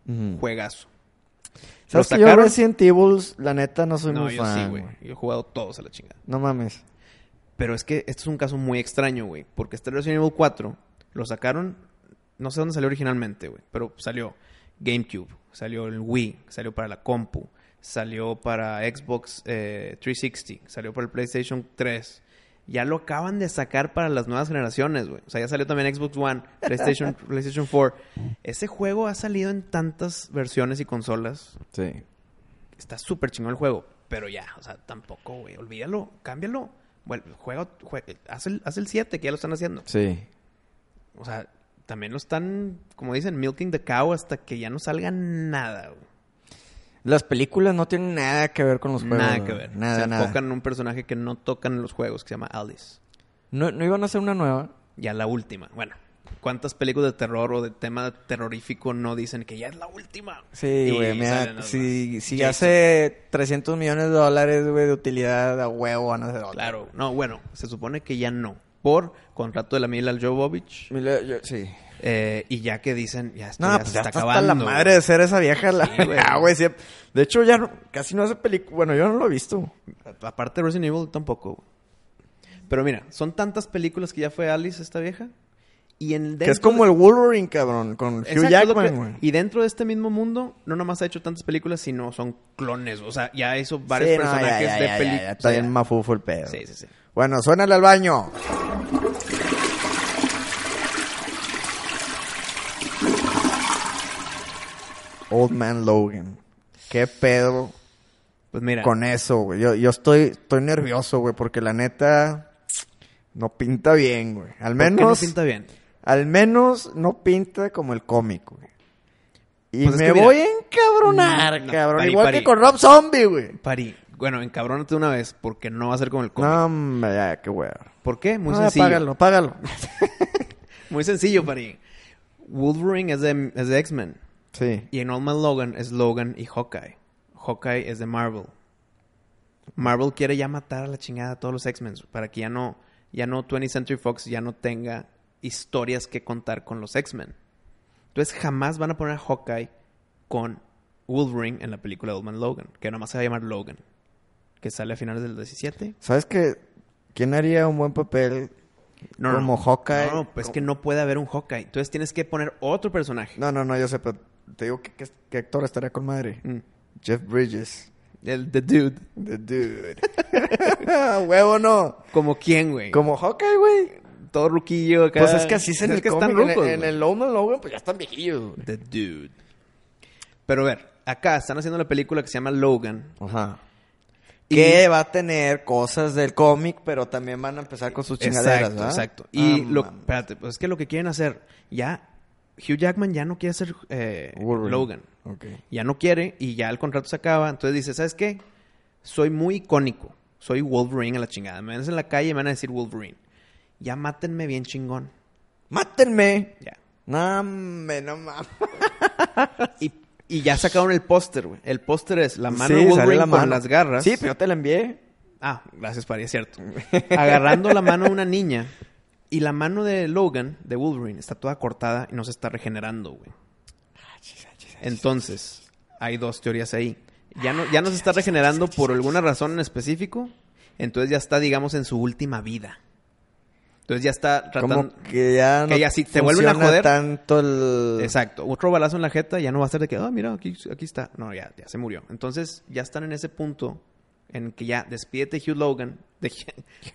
[SPEAKER 2] Ujú.
[SPEAKER 1] Juegazo.
[SPEAKER 2] ¿Sabes
[SPEAKER 1] ¿Lo
[SPEAKER 2] que yo
[SPEAKER 1] sacaron?
[SPEAKER 2] Resident Evil, la neta, no soy
[SPEAKER 1] no,
[SPEAKER 2] muy
[SPEAKER 1] yo
[SPEAKER 2] fan,
[SPEAKER 1] sí, güey.
[SPEAKER 2] güey.
[SPEAKER 1] Yo he jugado todos a la chingada.
[SPEAKER 2] No mames.
[SPEAKER 1] Pero es que este es un caso muy extraño, güey. Porque este Resident Evil 4 lo sacaron, no sé dónde salió originalmente, güey. Pero salió GameCube, salió el Wii, salió para la compu, salió para Xbox eh, 360, salió para el PlayStation 3. Ya lo acaban de sacar para las nuevas generaciones, güey. O sea, ya salió también Xbox One, PlayStation, PlayStation 4. Ese juego ha salido en tantas versiones y consolas
[SPEAKER 2] Sí.
[SPEAKER 1] está súper chingón el juego, pero ya, o sea, tampoco, güey, olvídalo, cámbialo. Bueno, juega, jue- haz el haz el 7, que ya lo están haciendo.
[SPEAKER 2] Sí.
[SPEAKER 1] O sea, también lo están, como dicen, milking the cow hasta que ya no salga nada, güey.
[SPEAKER 2] Las películas no tienen nada que ver con los juegos.
[SPEAKER 1] Nada
[SPEAKER 2] güey.
[SPEAKER 1] que ver.
[SPEAKER 2] Nada,
[SPEAKER 1] Se
[SPEAKER 2] nada.
[SPEAKER 1] enfocan en un personaje que no tocan en los juegos, que se llama Alice.
[SPEAKER 2] ¿No, ¿No iban a hacer una nueva?
[SPEAKER 1] Ya la última. Bueno, ¿cuántas películas de terror o de tema terrorífico no dicen que ya es la última?
[SPEAKER 2] Sí,
[SPEAKER 1] Y
[SPEAKER 2] güey,
[SPEAKER 1] salen
[SPEAKER 2] mira,
[SPEAKER 1] las
[SPEAKER 2] si,
[SPEAKER 1] más.
[SPEAKER 2] si
[SPEAKER 1] Jason.
[SPEAKER 2] hace 300 millones de dólares, güey, de utilidad a huevo, van a hacer otra.
[SPEAKER 1] Claro, no, bueno, se supone que ya no. Por contrato de la Mila Jovovich.
[SPEAKER 2] Mira, yo- sí.
[SPEAKER 1] Eh, y ya que dicen, ya, esto
[SPEAKER 2] No,
[SPEAKER 1] ya
[SPEAKER 2] pues
[SPEAKER 1] se
[SPEAKER 2] ya
[SPEAKER 1] está
[SPEAKER 2] está
[SPEAKER 1] acabando.
[SPEAKER 2] hasta la madre de ser esa vieja. La...
[SPEAKER 1] Sí, güey.
[SPEAKER 2] Ya, güey, sí. De hecho, ya no- casi no hace película. Bueno, yo no lo he visto.
[SPEAKER 1] Aparte de Resident Evil, tampoco. Pero mira, son tantas películas que ya fue Alice esta vieja. Y en
[SPEAKER 2] que es como el Wolverine, cabrón, con Hugh Jackman, güey.
[SPEAKER 1] Y dentro de este mismo mundo, no nomás ha hecho tantas películas, sino son clones. O sea, ya hizo varios
[SPEAKER 2] Sí, no, ya,
[SPEAKER 1] personajes
[SPEAKER 2] ya, ya,
[SPEAKER 1] de
[SPEAKER 2] ya, ya,
[SPEAKER 1] películas.
[SPEAKER 2] Está bien mafufo el pedo.
[SPEAKER 1] Sí, sí, sí.
[SPEAKER 2] Bueno, suénale al baño. Old Man Logan. ¿Qué pedo
[SPEAKER 1] Pues mira,
[SPEAKER 2] con eso, güey? Yo, yo estoy, estoy nervioso, güey, porque la neta no pinta bien, güey. Al
[SPEAKER 1] ¿por qué no
[SPEAKER 2] menos,
[SPEAKER 1] pinta bien?
[SPEAKER 2] al menos no pinta como el cómic, güey. Y
[SPEAKER 1] Pues es
[SPEAKER 2] me
[SPEAKER 1] que mira- Mm,
[SPEAKER 2] voy a encabronar,
[SPEAKER 1] No, no,
[SPEAKER 2] cabrón.
[SPEAKER 1] pari,
[SPEAKER 2] igual
[SPEAKER 1] pari.
[SPEAKER 2] que con Rob Zombie, güey.
[SPEAKER 1] Pari, bueno, encabrónate una vez, porque no va a ser como el cómic.
[SPEAKER 2] No, hombre, ya, qué Ah, güey.
[SPEAKER 1] ¿Por qué? Muy
[SPEAKER 2] No,
[SPEAKER 1] sencillo.
[SPEAKER 2] apágalo, apágalo.
[SPEAKER 1] Muy sencillo, Pari. Wolverine es de, es de X-Men.
[SPEAKER 2] Sí.
[SPEAKER 1] Y en Old Man Logan es Logan y Hawkeye. Hawkeye es de Marvel. Marvel quiere ya matar a la chingada a todos los X-Men para que ya no, ya no 20th Century Fox ya no tenga historias que contar con los X-Men. Entonces jamás van a poner a Hawkeye con Wolverine en la película de Old Man Logan, que nomás se va a llamar Logan, que sale a finales del 17.
[SPEAKER 2] ¿Sabes qué? ¿Quién haría un buen papel
[SPEAKER 1] No,
[SPEAKER 2] como
[SPEAKER 1] no.
[SPEAKER 2] Hawkeye.
[SPEAKER 1] No, pues es que no puede haber un Hawkeye. Entonces tienes que poner otro personaje.
[SPEAKER 2] No, no, no, yo sé, pero te digo que, que- que actor estaría con madre.
[SPEAKER 1] Mm.
[SPEAKER 2] Jeff Bridges.
[SPEAKER 1] El The Dude.
[SPEAKER 2] The dude. Huevo no.
[SPEAKER 1] ¿Como quién, güey?
[SPEAKER 2] Como Hawkeye, güey.
[SPEAKER 1] Todo ruquillo acá.
[SPEAKER 2] Pues es que así es en
[SPEAKER 1] Es
[SPEAKER 2] el
[SPEAKER 1] que están
[SPEAKER 2] cómic, en el-
[SPEAKER 1] rucos,
[SPEAKER 2] En,
[SPEAKER 1] güey.
[SPEAKER 2] el Logan Logan, pues ya están viejillos. güey.
[SPEAKER 1] The Dude. Pero a ver, acá están haciendo la película que se llama Logan.
[SPEAKER 2] Ajá.
[SPEAKER 1] Y-
[SPEAKER 2] Que va a tener cosas del cómic, pero también van a empezar con sus chingaderas,
[SPEAKER 1] Exacto,
[SPEAKER 2] ¿verdad?
[SPEAKER 1] exacto. Y
[SPEAKER 2] Ah,
[SPEAKER 1] lo,
[SPEAKER 2] mames.
[SPEAKER 1] espérate, pues es que lo que quieren hacer, ya Hugh Jackman ya no quiere ser eh,
[SPEAKER 2] Wolverine.
[SPEAKER 1] Logan.
[SPEAKER 2] Ok.
[SPEAKER 1] Ya no quiere y ya el contrato se acaba. Entonces dice, ¿sabes qué? Soy muy icónico. Soy Wolverine a la chingada. Me ven en la calle y me van a decir Wolverine. Ya mátenme bien chingón.
[SPEAKER 2] ¡Mátenme!
[SPEAKER 1] Ya.
[SPEAKER 2] No, me, no mames.
[SPEAKER 1] Y, y ya sacaron el póster, güey. El póster es la mano de Wolverine con las garras.
[SPEAKER 2] Sí, pero yo te la envié.
[SPEAKER 1] Ah, gracias, Pari, es cierto. Agarrando la mano de una niña. Y la mano de Logan, de Wolverine, está toda cortada y no se está regenerando, güey. Ah, Entonces, hay dos teorías ahí. Ya no, ya no se está regenerando por alguna razón en específico. Entonces ya está, digamos, en su última vida. Entonces ya está tratando...
[SPEAKER 2] Como que ya no
[SPEAKER 1] que ya sí, te vuelven a
[SPEAKER 2] funciona
[SPEAKER 1] joder.
[SPEAKER 2] tanto el...
[SPEAKER 1] Exacto. Otro balazo en la jeta ya no va a ser de que, ah, mira, aquí, aquí está. No, ya, ya se murió. Entonces, ya están en ese punto en que ya despídete Hugh Logan. De...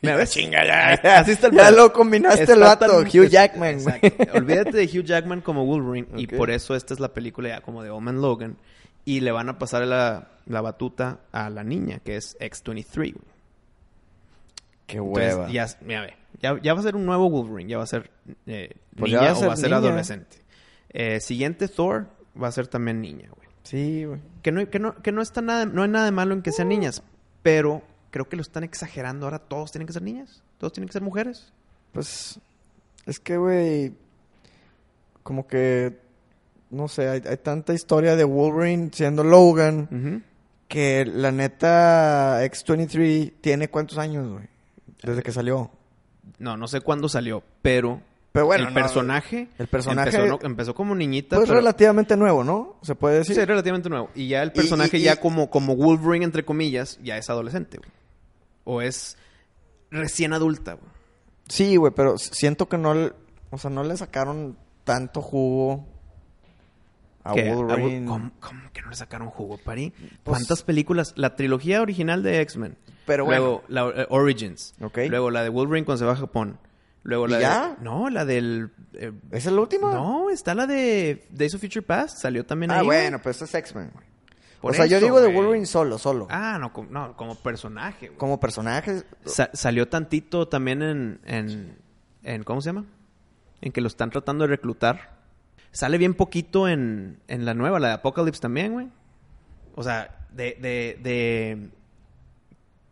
[SPEAKER 1] ¿Me ves?
[SPEAKER 2] Chinga, ya.
[SPEAKER 1] Ahí- Así está el
[SPEAKER 2] Ya
[SPEAKER 1] pedo.
[SPEAKER 2] lo combinaste el
[SPEAKER 1] Está
[SPEAKER 2] vato,
[SPEAKER 1] tan-
[SPEAKER 2] Hugh
[SPEAKER 1] es-
[SPEAKER 2] Jackman, güey.
[SPEAKER 1] Exacto. Olvídate de Hugh Jackman como Wolverine. Y
[SPEAKER 2] Ok.
[SPEAKER 1] por eso esta es la película ya como de Omen Logan. Y le van a pasar la, la batuta a la niña, que es X-23, güey.
[SPEAKER 2] Qué
[SPEAKER 1] Entonces,
[SPEAKER 2] hueva.
[SPEAKER 1] ya, mira, ve, ya, ya va a ser un nuevo Wolverine, ya va a ser eh,
[SPEAKER 2] Pues ya
[SPEAKER 1] niña
[SPEAKER 2] va a
[SPEAKER 1] o
[SPEAKER 2] ser
[SPEAKER 1] va a ser
[SPEAKER 2] niña.
[SPEAKER 1] adolescente. Eh, siguiente Thor va a ser también niña, güey.
[SPEAKER 2] Sí, güey.
[SPEAKER 1] Que no, que no, que no está nada, no hay nada de malo en que sean niñas, pero creo que lo están exagerando. Ahora todos tienen que ser niñas, todos tienen que ser mujeres.
[SPEAKER 2] Pues es que, güey, como que, no sé, hay, hay tanta historia de Wolverine siendo Logan
[SPEAKER 1] Mm.
[SPEAKER 2] que la neta X-23 tiene cuántos años, güey, desde que salió.
[SPEAKER 1] No, no sé cuándo salió, pero,
[SPEAKER 2] Pero bueno,
[SPEAKER 1] el
[SPEAKER 2] no,
[SPEAKER 1] personaje,
[SPEAKER 2] el personaje-
[SPEAKER 1] empezó, ¿no? empezó como niñita.
[SPEAKER 2] Pues
[SPEAKER 1] pero-
[SPEAKER 2] relativamente nuevo, ¿no? Se puede
[SPEAKER 1] sí,
[SPEAKER 2] decir.
[SPEAKER 1] relativamente nuevo. Y ya el
[SPEAKER 2] Y-
[SPEAKER 1] personaje
[SPEAKER 2] y- y-
[SPEAKER 1] ya como, como Wolverine, entre comillas, ya es adolescente, güey. O es recién adulta, güey.
[SPEAKER 2] Sí, güey, pero s- siento que no, le- o sea, no le sacaron tanto jugo a
[SPEAKER 1] que-
[SPEAKER 2] Wolverine.
[SPEAKER 1] ¿Cómo, cómo que no le sacaron jugo, Pari?
[SPEAKER 2] Pues-
[SPEAKER 1] ¿Cuántas películas? La trilogía original de X-Men.
[SPEAKER 2] Pero
[SPEAKER 1] Luego, la eh, Origins.
[SPEAKER 2] Ok.
[SPEAKER 1] Luego la de Wolverine cuando se va a Japón. Luego
[SPEAKER 2] ¿Y
[SPEAKER 1] la
[SPEAKER 2] ya?
[SPEAKER 1] de... No, la del... eh,
[SPEAKER 2] ¿Esa es la última?
[SPEAKER 1] no, está la de Days of Future Past. Salió también
[SPEAKER 2] Ah,
[SPEAKER 1] ahí. güey.
[SPEAKER 2] bueno, pues es X-Men, güey.
[SPEAKER 1] Por
[SPEAKER 2] o sea, yo
[SPEAKER 1] eso,
[SPEAKER 2] digo de
[SPEAKER 1] güey.
[SPEAKER 2] Wolverine solo, solo.
[SPEAKER 1] Ah, no, como, no, como personaje. güey.
[SPEAKER 2] Como personajes.
[SPEAKER 1] Sa- salió tantito también en, en, en- ¿Cómo se llama? En que lo están tratando de reclutar. Sale bien poquito en, en la nueva, la de Apocalypse también, güey. O sea, de, de, de...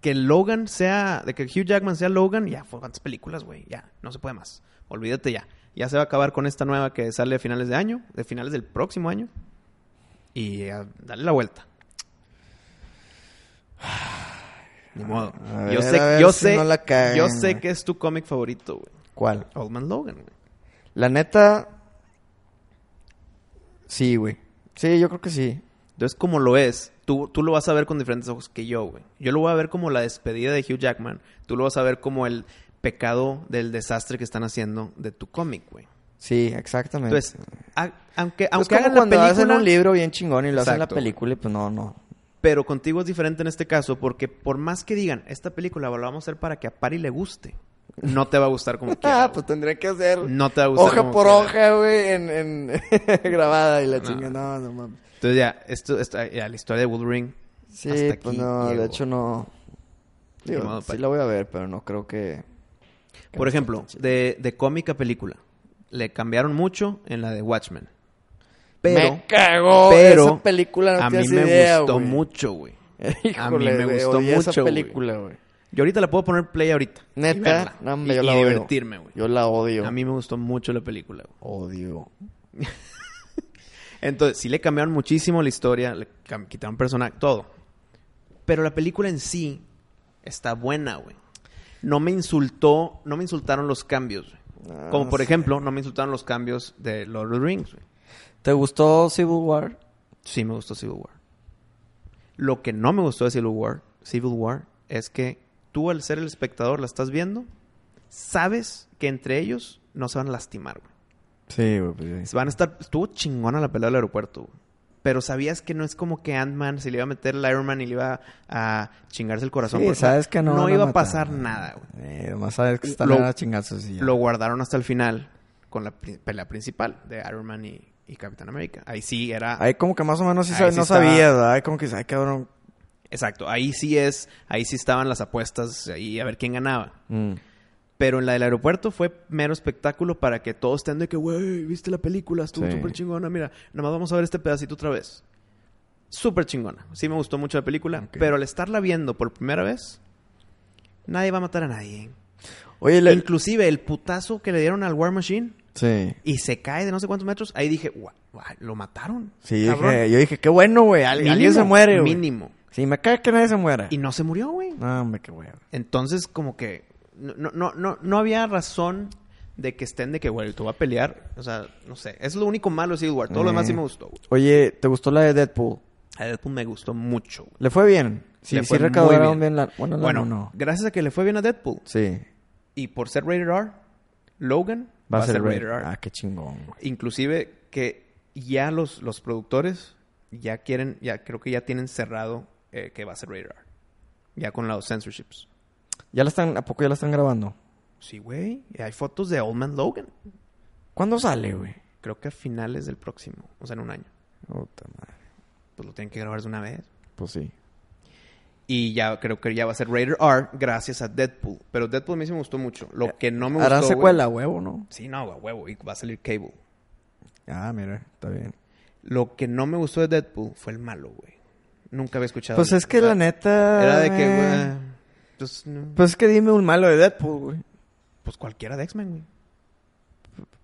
[SPEAKER 1] Que Logan sea... De que Hugh Jackman sea Logan, ya, fue cuántas películas, güey. Ya, no se puede más. Olvídate ya. Ya se va a acabar con esta nueva que sale a finales de año. De finales del próximo año. Y eh, dale la vuelta. Ni modo.
[SPEAKER 2] A
[SPEAKER 1] yo
[SPEAKER 2] ver,
[SPEAKER 1] sé,
[SPEAKER 2] a ver
[SPEAKER 1] yo
[SPEAKER 2] si
[SPEAKER 1] sé,
[SPEAKER 2] no la cagan,
[SPEAKER 1] yo sé
[SPEAKER 2] güey.
[SPEAKER 1] que es tu cómic favorito, güey.
[SPEAKER 2] ¿Cuál?
[SPEAKER 1] Old Man Logan, güey.
[SPEAKER 2] La neta. Sí, güey. Sí, yo creo que sí.
[SPEAKER 1] Entonces, como lo es, tú, tú lo vas a ver con diferentes ojos que yo, güey. Yo lo voy a ver como la despedida de Hugh Jackman. Tú lo vas a ver como el pecado del desastre que están haciendo de tu cómic, güey.
[SPEAKER 2] Sí, exactamente.
[SPEAKER 1] Entonces, a- aunque,
[SPEAKER 2] Es
[SPEAKER 1] aunque
[SPEAKER 2] como
[SPEAKER 1] hagan la
[SPEAKER 2] pues, cuando
[SPEAKER 1] película...
[SPEAKER 2] hacen un libro bien chingón y lo hacen en la
[SPEAKER 1] Exacto.
[SPEAKER 2] película y pues no, no.
[SPEAKER 1] Pero contigo es diferente en este caso porque por más que digan, esta película la vamos a hacer para que a Pari le guste, no te va a gustar como quiera,
[SPEAKER 2] Ah,
[SPEAKER 1] güey.
[SPEAKER 2] pues tendría que hacer
[SPEAKER 1] No te va a gustar
[SPEAKER 2] hoja
[SPEAKER 1] como
[SPEAKER 2] por
[SPEAKER 1] quiera.
[SPEAKER 2] hoja, güey, en, en grabada y la
[SPEAKER 1] No.
[SPEAKER 2] chinga. No, no mames.
[SPEAKER 1] Entonces ya, esto, esta- ya, la historia de Wolverine
[SPEAKER 2] Sí,
[SPEAKER 1] hasta
[SPEAKER 2] pues
[SPEAKER 1] aquí
[SPEAKER 2] no,
[SPEAKER 1] llegó.
[SPEAKER 2] de hecho no.
[SPEAKER 1] Ni
[SPEAKER 2] Digo,
[SPEAKER 1] modo, pues.
[SPEAKER 2] sí
[SPEAKER 1] pa-
[SPEAKER 2] la voy a ver, pero no creo que... que
[SPEAKER 1] Por
[SPEAKER 2] no esté
[SPEAKER 1] ejemplo,
[SPEAKER 2] tan chida.
[SPEAKER 1] de, de cómic a película. Le cambiaron mucho en la de Watchmen. Pero,
[SPEAKER 2] me cagó
[SPEAKER 1] pero
[SPEAKER 2] esa película, no
[SPEAKER 1] a mí
[SPEAKER 2] tienes
[SPEAKER 1] me
[SPEAKER 2] idea,
[SPEAKER 1] gustó
[SPEAKER 2] güey.
[SPEAKER 1] mucho, güey.
[SPEAKER 2] Híjole,
[SPEAKER 1] a mí me
[SPEAKER 2] güey,
[SPEAKER 1] gustó
[SPEAKER 2] odié esa
[SPEAKER 1] mucho, güey.
[SPEAKER 2] película, güey.
[SPEAKER 1] Yo ahorita la puedo poner play ahorita. y
[SPEAKER 2] Neta,
[SPEAKER 1] verla.
[SPEAKER 2] no, hombre,
[SPEAKER 1] y,
[SPEAKER 2] yo
[SPEAKER 1] y
[SPEAKER 2] la odio.
[SPEAKER 1] divertirme, güey.
[SPEAKER 2] Yo la odio.
[SPEAKER 1] A mí me gustó mucho la película, güey.
[SPEAKER 2] odio.
[SPEAKER 1] Entonces, sí le cambiaron muchísimo la historia, le cam- quitaron personaje, todo. Pero la película en sí está buena, güey. No me insultó, no me insultaron los cambios, güey.
[SPEAKER 2] Ah,
[SPEAKER 1] Como por
[SPEAKER 2] sí.
[SPEAKER 1] ejemplo, no me insultaron los cambios de Lord of the Rings, güey.
[SPEAKER 2] ¿Te gustó Civil War?
[SPEAKER 1] Sí me gustó Civil War. Lo que no me gustó de Civil War, Civil War es que tú al ser el espectador la estás viendo sabes que entre ellos no se van a lastimar, güey.
[SPEAKER 2] Sí, güey, pues sí.
[SPEAKER 1] Van a estar. Estuvo chingona la pelea del aeropuerto, güey. Pero sabías que no es como que Ant-Man se le iba a meter el Iron Man y le iba a chingarse el corazón.
[SPEAKER 2] Sí,
[SPEAKER 1] porque
[SPEAKER 2] sabes que no
[SPEAKER 1] No
[SPEAKER 2] van a
[SPEAKER 1] iba a
[SPEAKER 2] matar.
[SPEAKER 1] pasar nada, güey.
[SPEAKER 2] Eh, nomás sabes que están
[SPEAKER 1] Lo-
[SPEAKER 2] a chingazos y ya.
[SPEAKER 1] Lo guardaron hasta el final con la pri- pelea principal de Iron Man y, y Capitán América. Ahí sí era.
[SPEAKER 2] Ahí como que más o menos sí
[SPEAKER 1] Ahí
[SPEAKER 2] sabes,
[SPEAKER 1] sí
[SPEAKER 2] no
[SPEAKER 1] estaba-
[SPEAKER 2] sabías, ¿verdad? Ahí como que, ay, cabrón.
[SPEAKER 1] Exacto. Ahí sí es. Ahí sí estaban las apuestas. Ahí a ver quién ganaba.
[SPEAKER 2] Mm.
[SPEAKER 1] Pero en la del aeropuerto fue mero espectáculo para que todos estén de que, güey, viste la película, estuvo
[SPEAKER 2] Sí.
[SPEAKER 1] súper chingona. Mira, nomás vamos a ver este pedacito otra vez. Súper chingona. Sí me gustó mucho la película,
[SPEAKER 2] Ok.
[SPEAKER 1] pero al estarla viendo por primera vez, nadie va a matar a nadie.
[SPEAKER 2] Oye, le-
[SPEAKER 1] Inclusive el putazo que le dieron al War Machine
[SPEAKER 2] sí.
[SPEAKER 1] y se cae de no sé cuántos metros, ahí dije, "Gua- gua- lo mataron.
[SPEAKER 2] Sí, yo
[SPEAKER 1] cabrón".
[SPEAKER 2] dije, yo dije, qué bueno, güey. al-
[SPEAKER 1] Mínimo,
[SPEAKER 2] Alguien se muere, güey.
[SPEAKER 1] Mínimo.
[SPEAKER 2] Sí, me cae que nadie se muera.
[SPEAKER 1] Y no se murió, güey.
[SPEAKER 2] No, hombre, qué huevo.
[SPEAKER 1] Entonces, como que no, no, no, no, no había razón de que estén de que, güey, tú vas a pelear. O sea, no sé. Es lo único malo de Civil War. Todo lo demás sí me gustó. güey.
[SPEAKER 2] Eh, Oye, ¿te gustó la de Deadpool?
[SPEAKER 1] A Deadpool me gustó mucho. güey.
[SPEAKER 2] ¿Le fue bien? Sí,
[SPEAKER 1] Le
[SPEAKER 2] sí
[SPEAKER 1] fue muy
[SPEAKER 2] recaudaron bien. la... Bueno, la
[SPEAKER 1] Bueno,
[SPEAKER 2] uno.
[SPEAKER 1] gracias a que le fue bien a Deadpool
[SPEAKER 2] Sí.
[SPEAKER 1] y por ser rated R, Logan
[SPEAKER 2] Va, a ser, rated R. Ah, qué chingón, güey.
[SPEAKER 1] Inclusive que ya los, los productores ya quieren, ya creo que ya tienen cerrado eh, que va a ser rated R. Ya con los censorships.
[SPEAKER 2] ¿Ya la están... ¿A poco ya la están grabando?
[SPEAKER 1] Sí, güey. y Hay fotos de Old Man Logan.
[SPEAKER 2] ¿Cuándo sale, güey?
[SPEAKER 1] Creo que a finales del próximo, o sea, en un año.
[SPEAKER 2] Puta madre.
[SPEAKER 1] pues lo tienen que grabar de una vez.
[SPEAKER 2] Pues sí.
[SPEAKER 1] Y ya creo que ya va a ser Raider R gracias a Deadpool. Pero Deadpool a mí sí me gustó mucho. Lo que no me gustó.
[SPEAKER 2] Harán
[SPEAKER 1] güey-
[SPEAKER 2] secuela, huevo, ¿no?
[SPEAKER 1] Sí, no, a huevo. Y va a salir Cable.
[SPEAKER 2] Ah, mira, está bien.
[SPEAKER 1] Lo que no me gustó de Deadpool fue el malo, güey. Nunca había escuchado.
[SPEAKER 2] Pues es que la neta...
[SPEAKER 1] Era de que,
[SPEAKER 2] eh,
[SPEAKER 1] güey. Pues, no.
[SPEAKER 2] Pues es que dime un malo de Deadpool, güey.
[SPEAKER 1] Pues cualquiera de X-Men, güey.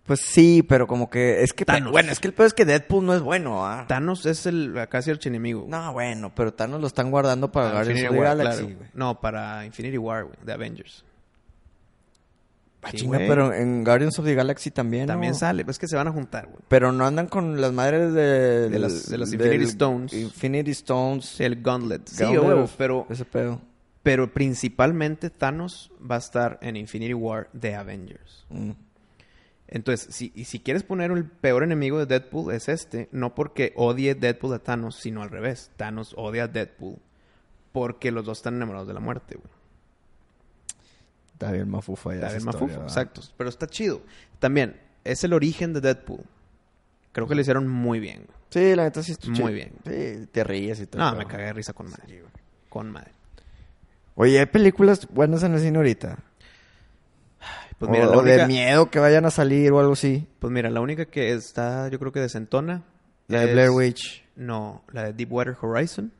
[SPEAKER 2] Pues sí, pero como que es que
[SPEAKER 1] Thanos.
[SPEAKER 2] bueno, es que el peor es que Deadpool no es bueno, ah.
[SPEAKER 1] Thanos es el casi archienemigo. güey.
[SPEAKER 2] No, bueno, pero Thanos lo están guardando para
[SPEAKER 1] Para
[SPEAKER 2] Guardians of
[SPEAKER 1] Infinity
[SPEAKER 2] the
[SPEAKER 1] War,
[SPEAKER 2] Galaxy,
[SPEAKER 1] claro.
[SPEAKER 2] Ah, güey.
[SPEAKER 1] No, para Infinity War, güey. De Avengers.
[SPEAKER 2] Ah,
[SPEAKER 1] Sí,
[SPEAKER 2] chinga,
[SPEAKER 1] güey.
[SPEAKER 2] pero en Guardians of the Galaxy también.
[SPEAKER 1] También
[SPEAKER 2] ¿no?
[SPEAKER 1] sale. pues, Es que se van a juntar, güey.
[SPEAKER 2] Pero no andan con las madres de,
[SPEAKER 1] De las- de las
[SPEAKER 2] del-
[SPEAKER 1] Infinity Stones.
[SPEAKER 2] Infinity Stones.
[SPEAKER 1] Sí, el Gauntlet. Sí,
[SPEAKER 2] Gauntlet
[SPEAKER 1] a huevo,
[SPEAKER 2] of-
[SPEAKER 1] pero.
[SPEAKER 2] Ese pedo.
[SPEAKER 1] Pero principalmente Thanos va a estar en Infinity War de Avengers.
[SPEAKER 2] Mm.
[SPEAKER 1] Entonces, si, y si quieres poner el peor enemigo de Deadpool, es este. No porque odie Deadpool a Thanos, sino al revés. Thanos odia a Deadpool porque los dos están enamorados de la muerte, güey.
[SPEAKER 2] Está bien mafufa ya.
[SPEAKER 1] La
[SPEAKER 2] esa
[SPEAKER 1] vez más
[SPEAKER 2] historia,
[SPEAKER 1] fufo,
[SPEAKER 2] ¿verdad?
[SPEAKER 1] exacto. Pero está chido. También, es el origen de Deadpool. Creo que lo hicieron muy bien. güey.
[SPEAKER 2] Sí, la neta sí está
[SPEAKER 1] Muy
[SPEAKER 2] chido.
[SPEAKER 1] bien.
[SPEAKER 2] Sí, te ríes y todo.
[SPEAKER 1] No,
[SPEAKER 2] pero-
[SPEAKER 1] me cagué de risa con madre. con madre.
[SPEAKER 2] Oye, hay películas buenas en el cine ahorita.
[SPEAKER 1] Pues mira,
[SPEAKER 2] o
[SPEAKER 1] la
[SPEAKER 2] o de
[SPEAKER 1] única,
[SPEAKER 2] miedo que vayan a salir o algo así.
[SPEAKER 1] pues mira, la única que está, yo creo que desentona.
[SPEAKER 2] La de
[SPEAKER 1] es-
[SPEAKER 2] Blair Witch.
[SPEAKER 1] No, la de Deepwater Horizon.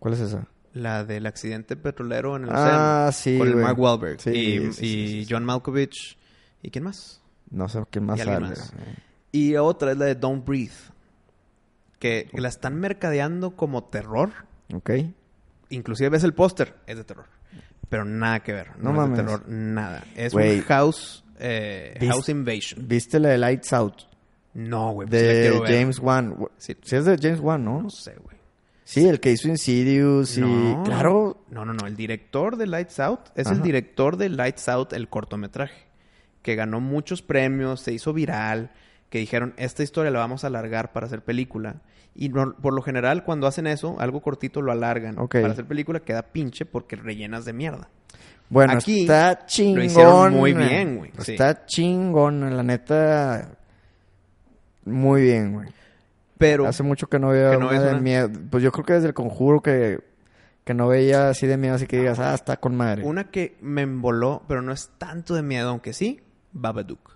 [SPEAKER 2] ¿Cuál es esa?
[SPEAKER 1] La del accidente petrolero en el
[SPEAKER 2] Ah,
[SPEAKER 1] océano.
[SPEAKER 2] sí,
[SPEAKER 1] Con el
[SPEAKER 2] güey.
[SPEAKER 1] Mark Wahlberg.
[SPEAKER 2] Sí,
[SPEAKER 1] y
[SPEAKER 2] sí, sí,
[SPEAKER 1] y
[SPEAKER 2] sí, sí.
[SPEAKER 1] John Malkovich. ¿Y quién más?
[SPEAKER 2] No sé quién más
[SPEAKER 1] Y alguien
[SPEAKER 2] sale.
[SPEAKER 1] más.
[SPEAKER 2] eh.
[SPEAKER 1] Y otra es la de Don't Breathe. Que la están mercadeando como terror.
[SPEAKER 2] Ok.
[SPEAKER 1] Inclusive ves el póster. Es de terror. Pero nada que ver. No,
[SPEAKER 2] No
[SPEAKER 1] es de
[SPEAKER 2] mames.
[SPEAKER 1] terror. Nada. Es
[SPEAKER 2] Güey.
[SPEAKER 1] un house... eh,
[SPEAKER 2] Vis-
[SPEAKER 1] house Invasion.
[SPEAKER 2] ¿Viste la de Lights Out?
[SPEAKER 1] No, güey. pues sí la
[SPEAKER 2] De
[SPEAKER 1] quiero ver.
[SPEAKER 2] James Wan. Gu-
[SPEAKER 1] Sí.
[SPEAKER 2] Sí. es de James Wan, ¿no?
[SPEAKER 1] No sé, güey.
[SPEAKER 2] Sí, el que hizo Insidious y...
[SPEAKER 1] No.
[SPEAKER 2] Claro.
[SPEAKER 1] No, no, no. El director de Lights Out es el
[SPEAKER 2] Ajá.
[SPEAKER 1] director de Lights Out, el cortometraje. Que ganó muchos premios, se hizo viral. Que dijeron, esta historia la vamos a alargar para hacer película. Y no- por lo general, cuando hacen eso, algo cortito lo alargan.
[SPEAKER 2] Ok.
[SPEAKER 1] Para hacer película queda pinche porque rellenas de mierda.
[SPEAKER 2] Bueno,
[SPEAKER 1] Aquí
[SPEAKER 2] está chingón.
[SPEAKER 1] lo hicieron muy bien, güey, sí.
[SPEAKER 2] Está chingón, la neta. Muy bien, güey.
[SPEAKER 1] Pero,
[SPEAKER 2] Hace mucho que no veo
[SPEAKER 1] que no
[SPEAKER 2] una
[SPEAKER 1] ves
[SPEAKER 2] de
[SPEAKER 1] una-
[SPEAKER 2] miedo. Pues yo creo que desde el conjuro que, que no veía así de miedo, así que digas, ah, está con madre.
[SPEAKER 1] una que me emboló, pero no es tanto de miedo, aunque sí, Babadook.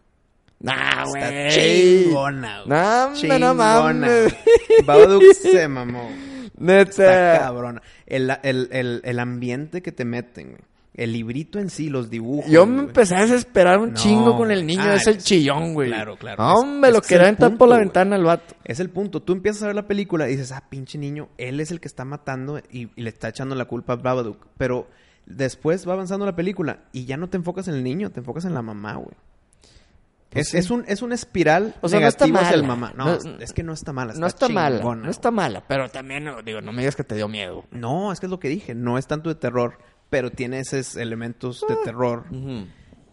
[SPEAKER 1] Está
[SPEAKER 2] Nah, güey.
[SPEAKER 1] chingona, güey.
[SPEAKER 2] No, hombre, no mames.
[SPEAKER 1] Babadook se mamó.
[SPEAKER 2] Neta.
[SPEAKER 1] Está cabrón. El, el, el, el ambiente que te meten, güey. El librito en sí, los dibujos.
[SPEAKER 2] Yo me
[SPEAKER 1] güey.
[SPEAKER 2] empecé a desesperar un
[SPEAKER 1] No,
[SPEAKER 2] chingo con
[SPEAKER 1] güey.
[SPEAKER 2] el niño,
[SPEAKER 1] Ah,
[SPEAKER 2] es el
[SPEAKER 1] es-
[SPEAKER 2] chillón, güey.
[SPEAKER 1] claro, claro.
[SPEAKER 2] No,
[SPEAKER 1] Es-
[SPEAKER 2] Hombre, lo
[SPEAKER 1] es que es
[SPEAKER 2] quería
[SPEAKER 1] el
[SPEAKER 2] entrar por
[SPEAKER 1] punto,
[SPEAKER 2] la
[SPEAKER 1] güey.
[SPEAKER 2] ventana el vato.
[SPEAKER 1] Es el punto. Tú empiezas a ver la película y dices, ah, pinche niño, él es el que está matando y, y le está echando la culpa a Babadook. Pero después va avanzando la película y ya no te enfocas en el niño, te enfocas en la mamá, güey.
[SPEAKER 2] Pues
[SPEAKER 1] es,
[SPEAKER 2] sí.
[SPEAKER 1] es un, es un espiral
[SPEAKER 2] O sea, no está
[SPEAKER 1] negativo hacia el
[SPEAKER 2] mala.
[SPEAKER 1] mamá. No,
[SPEAKER 2] No-
[SPEAKER 1] es que no está mala.
[SPEAKER 2] no está mala,
[SPEAKER 1] chingona,
[SPEAKER 2] no está mala, pero también, no, digo, no me digas que te dio miedo.
[SPEAKER 1] güey.
[SPEAKER 2] Ah.
[SPEAKER 1] No, es que es lo que dije. No es tanto de terror, pero tiene esos elementos de terror.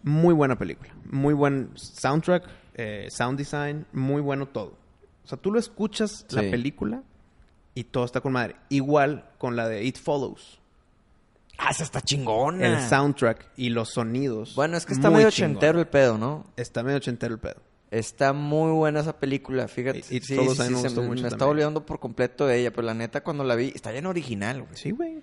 [SPEAKER 1] Muy buena película. Muy buen soundtrack, eh, sound design, muy bueno todo. O sea, tú lo escuchas la
[SPEAKER 4] Sí.
[SPEAKER 1] película y todo está con madre. Igual con la de It Follows.
[SPEAKER 2] Ah, esa está chingona.
[SPEAKER 1] El soundtrack y los sonidos.
[SPEAKER 2] Bueno, es que está
[SPEAKER 1] muy
[SPEAKER 2] medio
[SPEAKER 1] chingón.
[SPEAKER 2] ochentero el pedo, ¿no?
[SPEAKER 1] Está medio ochentero el pedo.
[SPEAKER 2] Está muy buena esa película, fíjate.
[SPEAKER 1] Y- y
[SPEAKER 2] sí,
[SPEAKER 1] todos
[SPEAKER 2] sí,
[SPEAKER 1] a mí
[SPEAKER 2] sí,
[SPEAKER 1] me
[SPEAKER 2] se
[SPEAKER 1] gustó
[SPEAKER 2] me,
[SPEAKER 1] mucho
[SPEAKER 2] me estaba
[SPEAKER 1] también.
[SPEAKER 2] olvidando por completo de ella, pero la neta cuando la vi, está bien original, güey.
[SPEAKER 1] Sí, güey.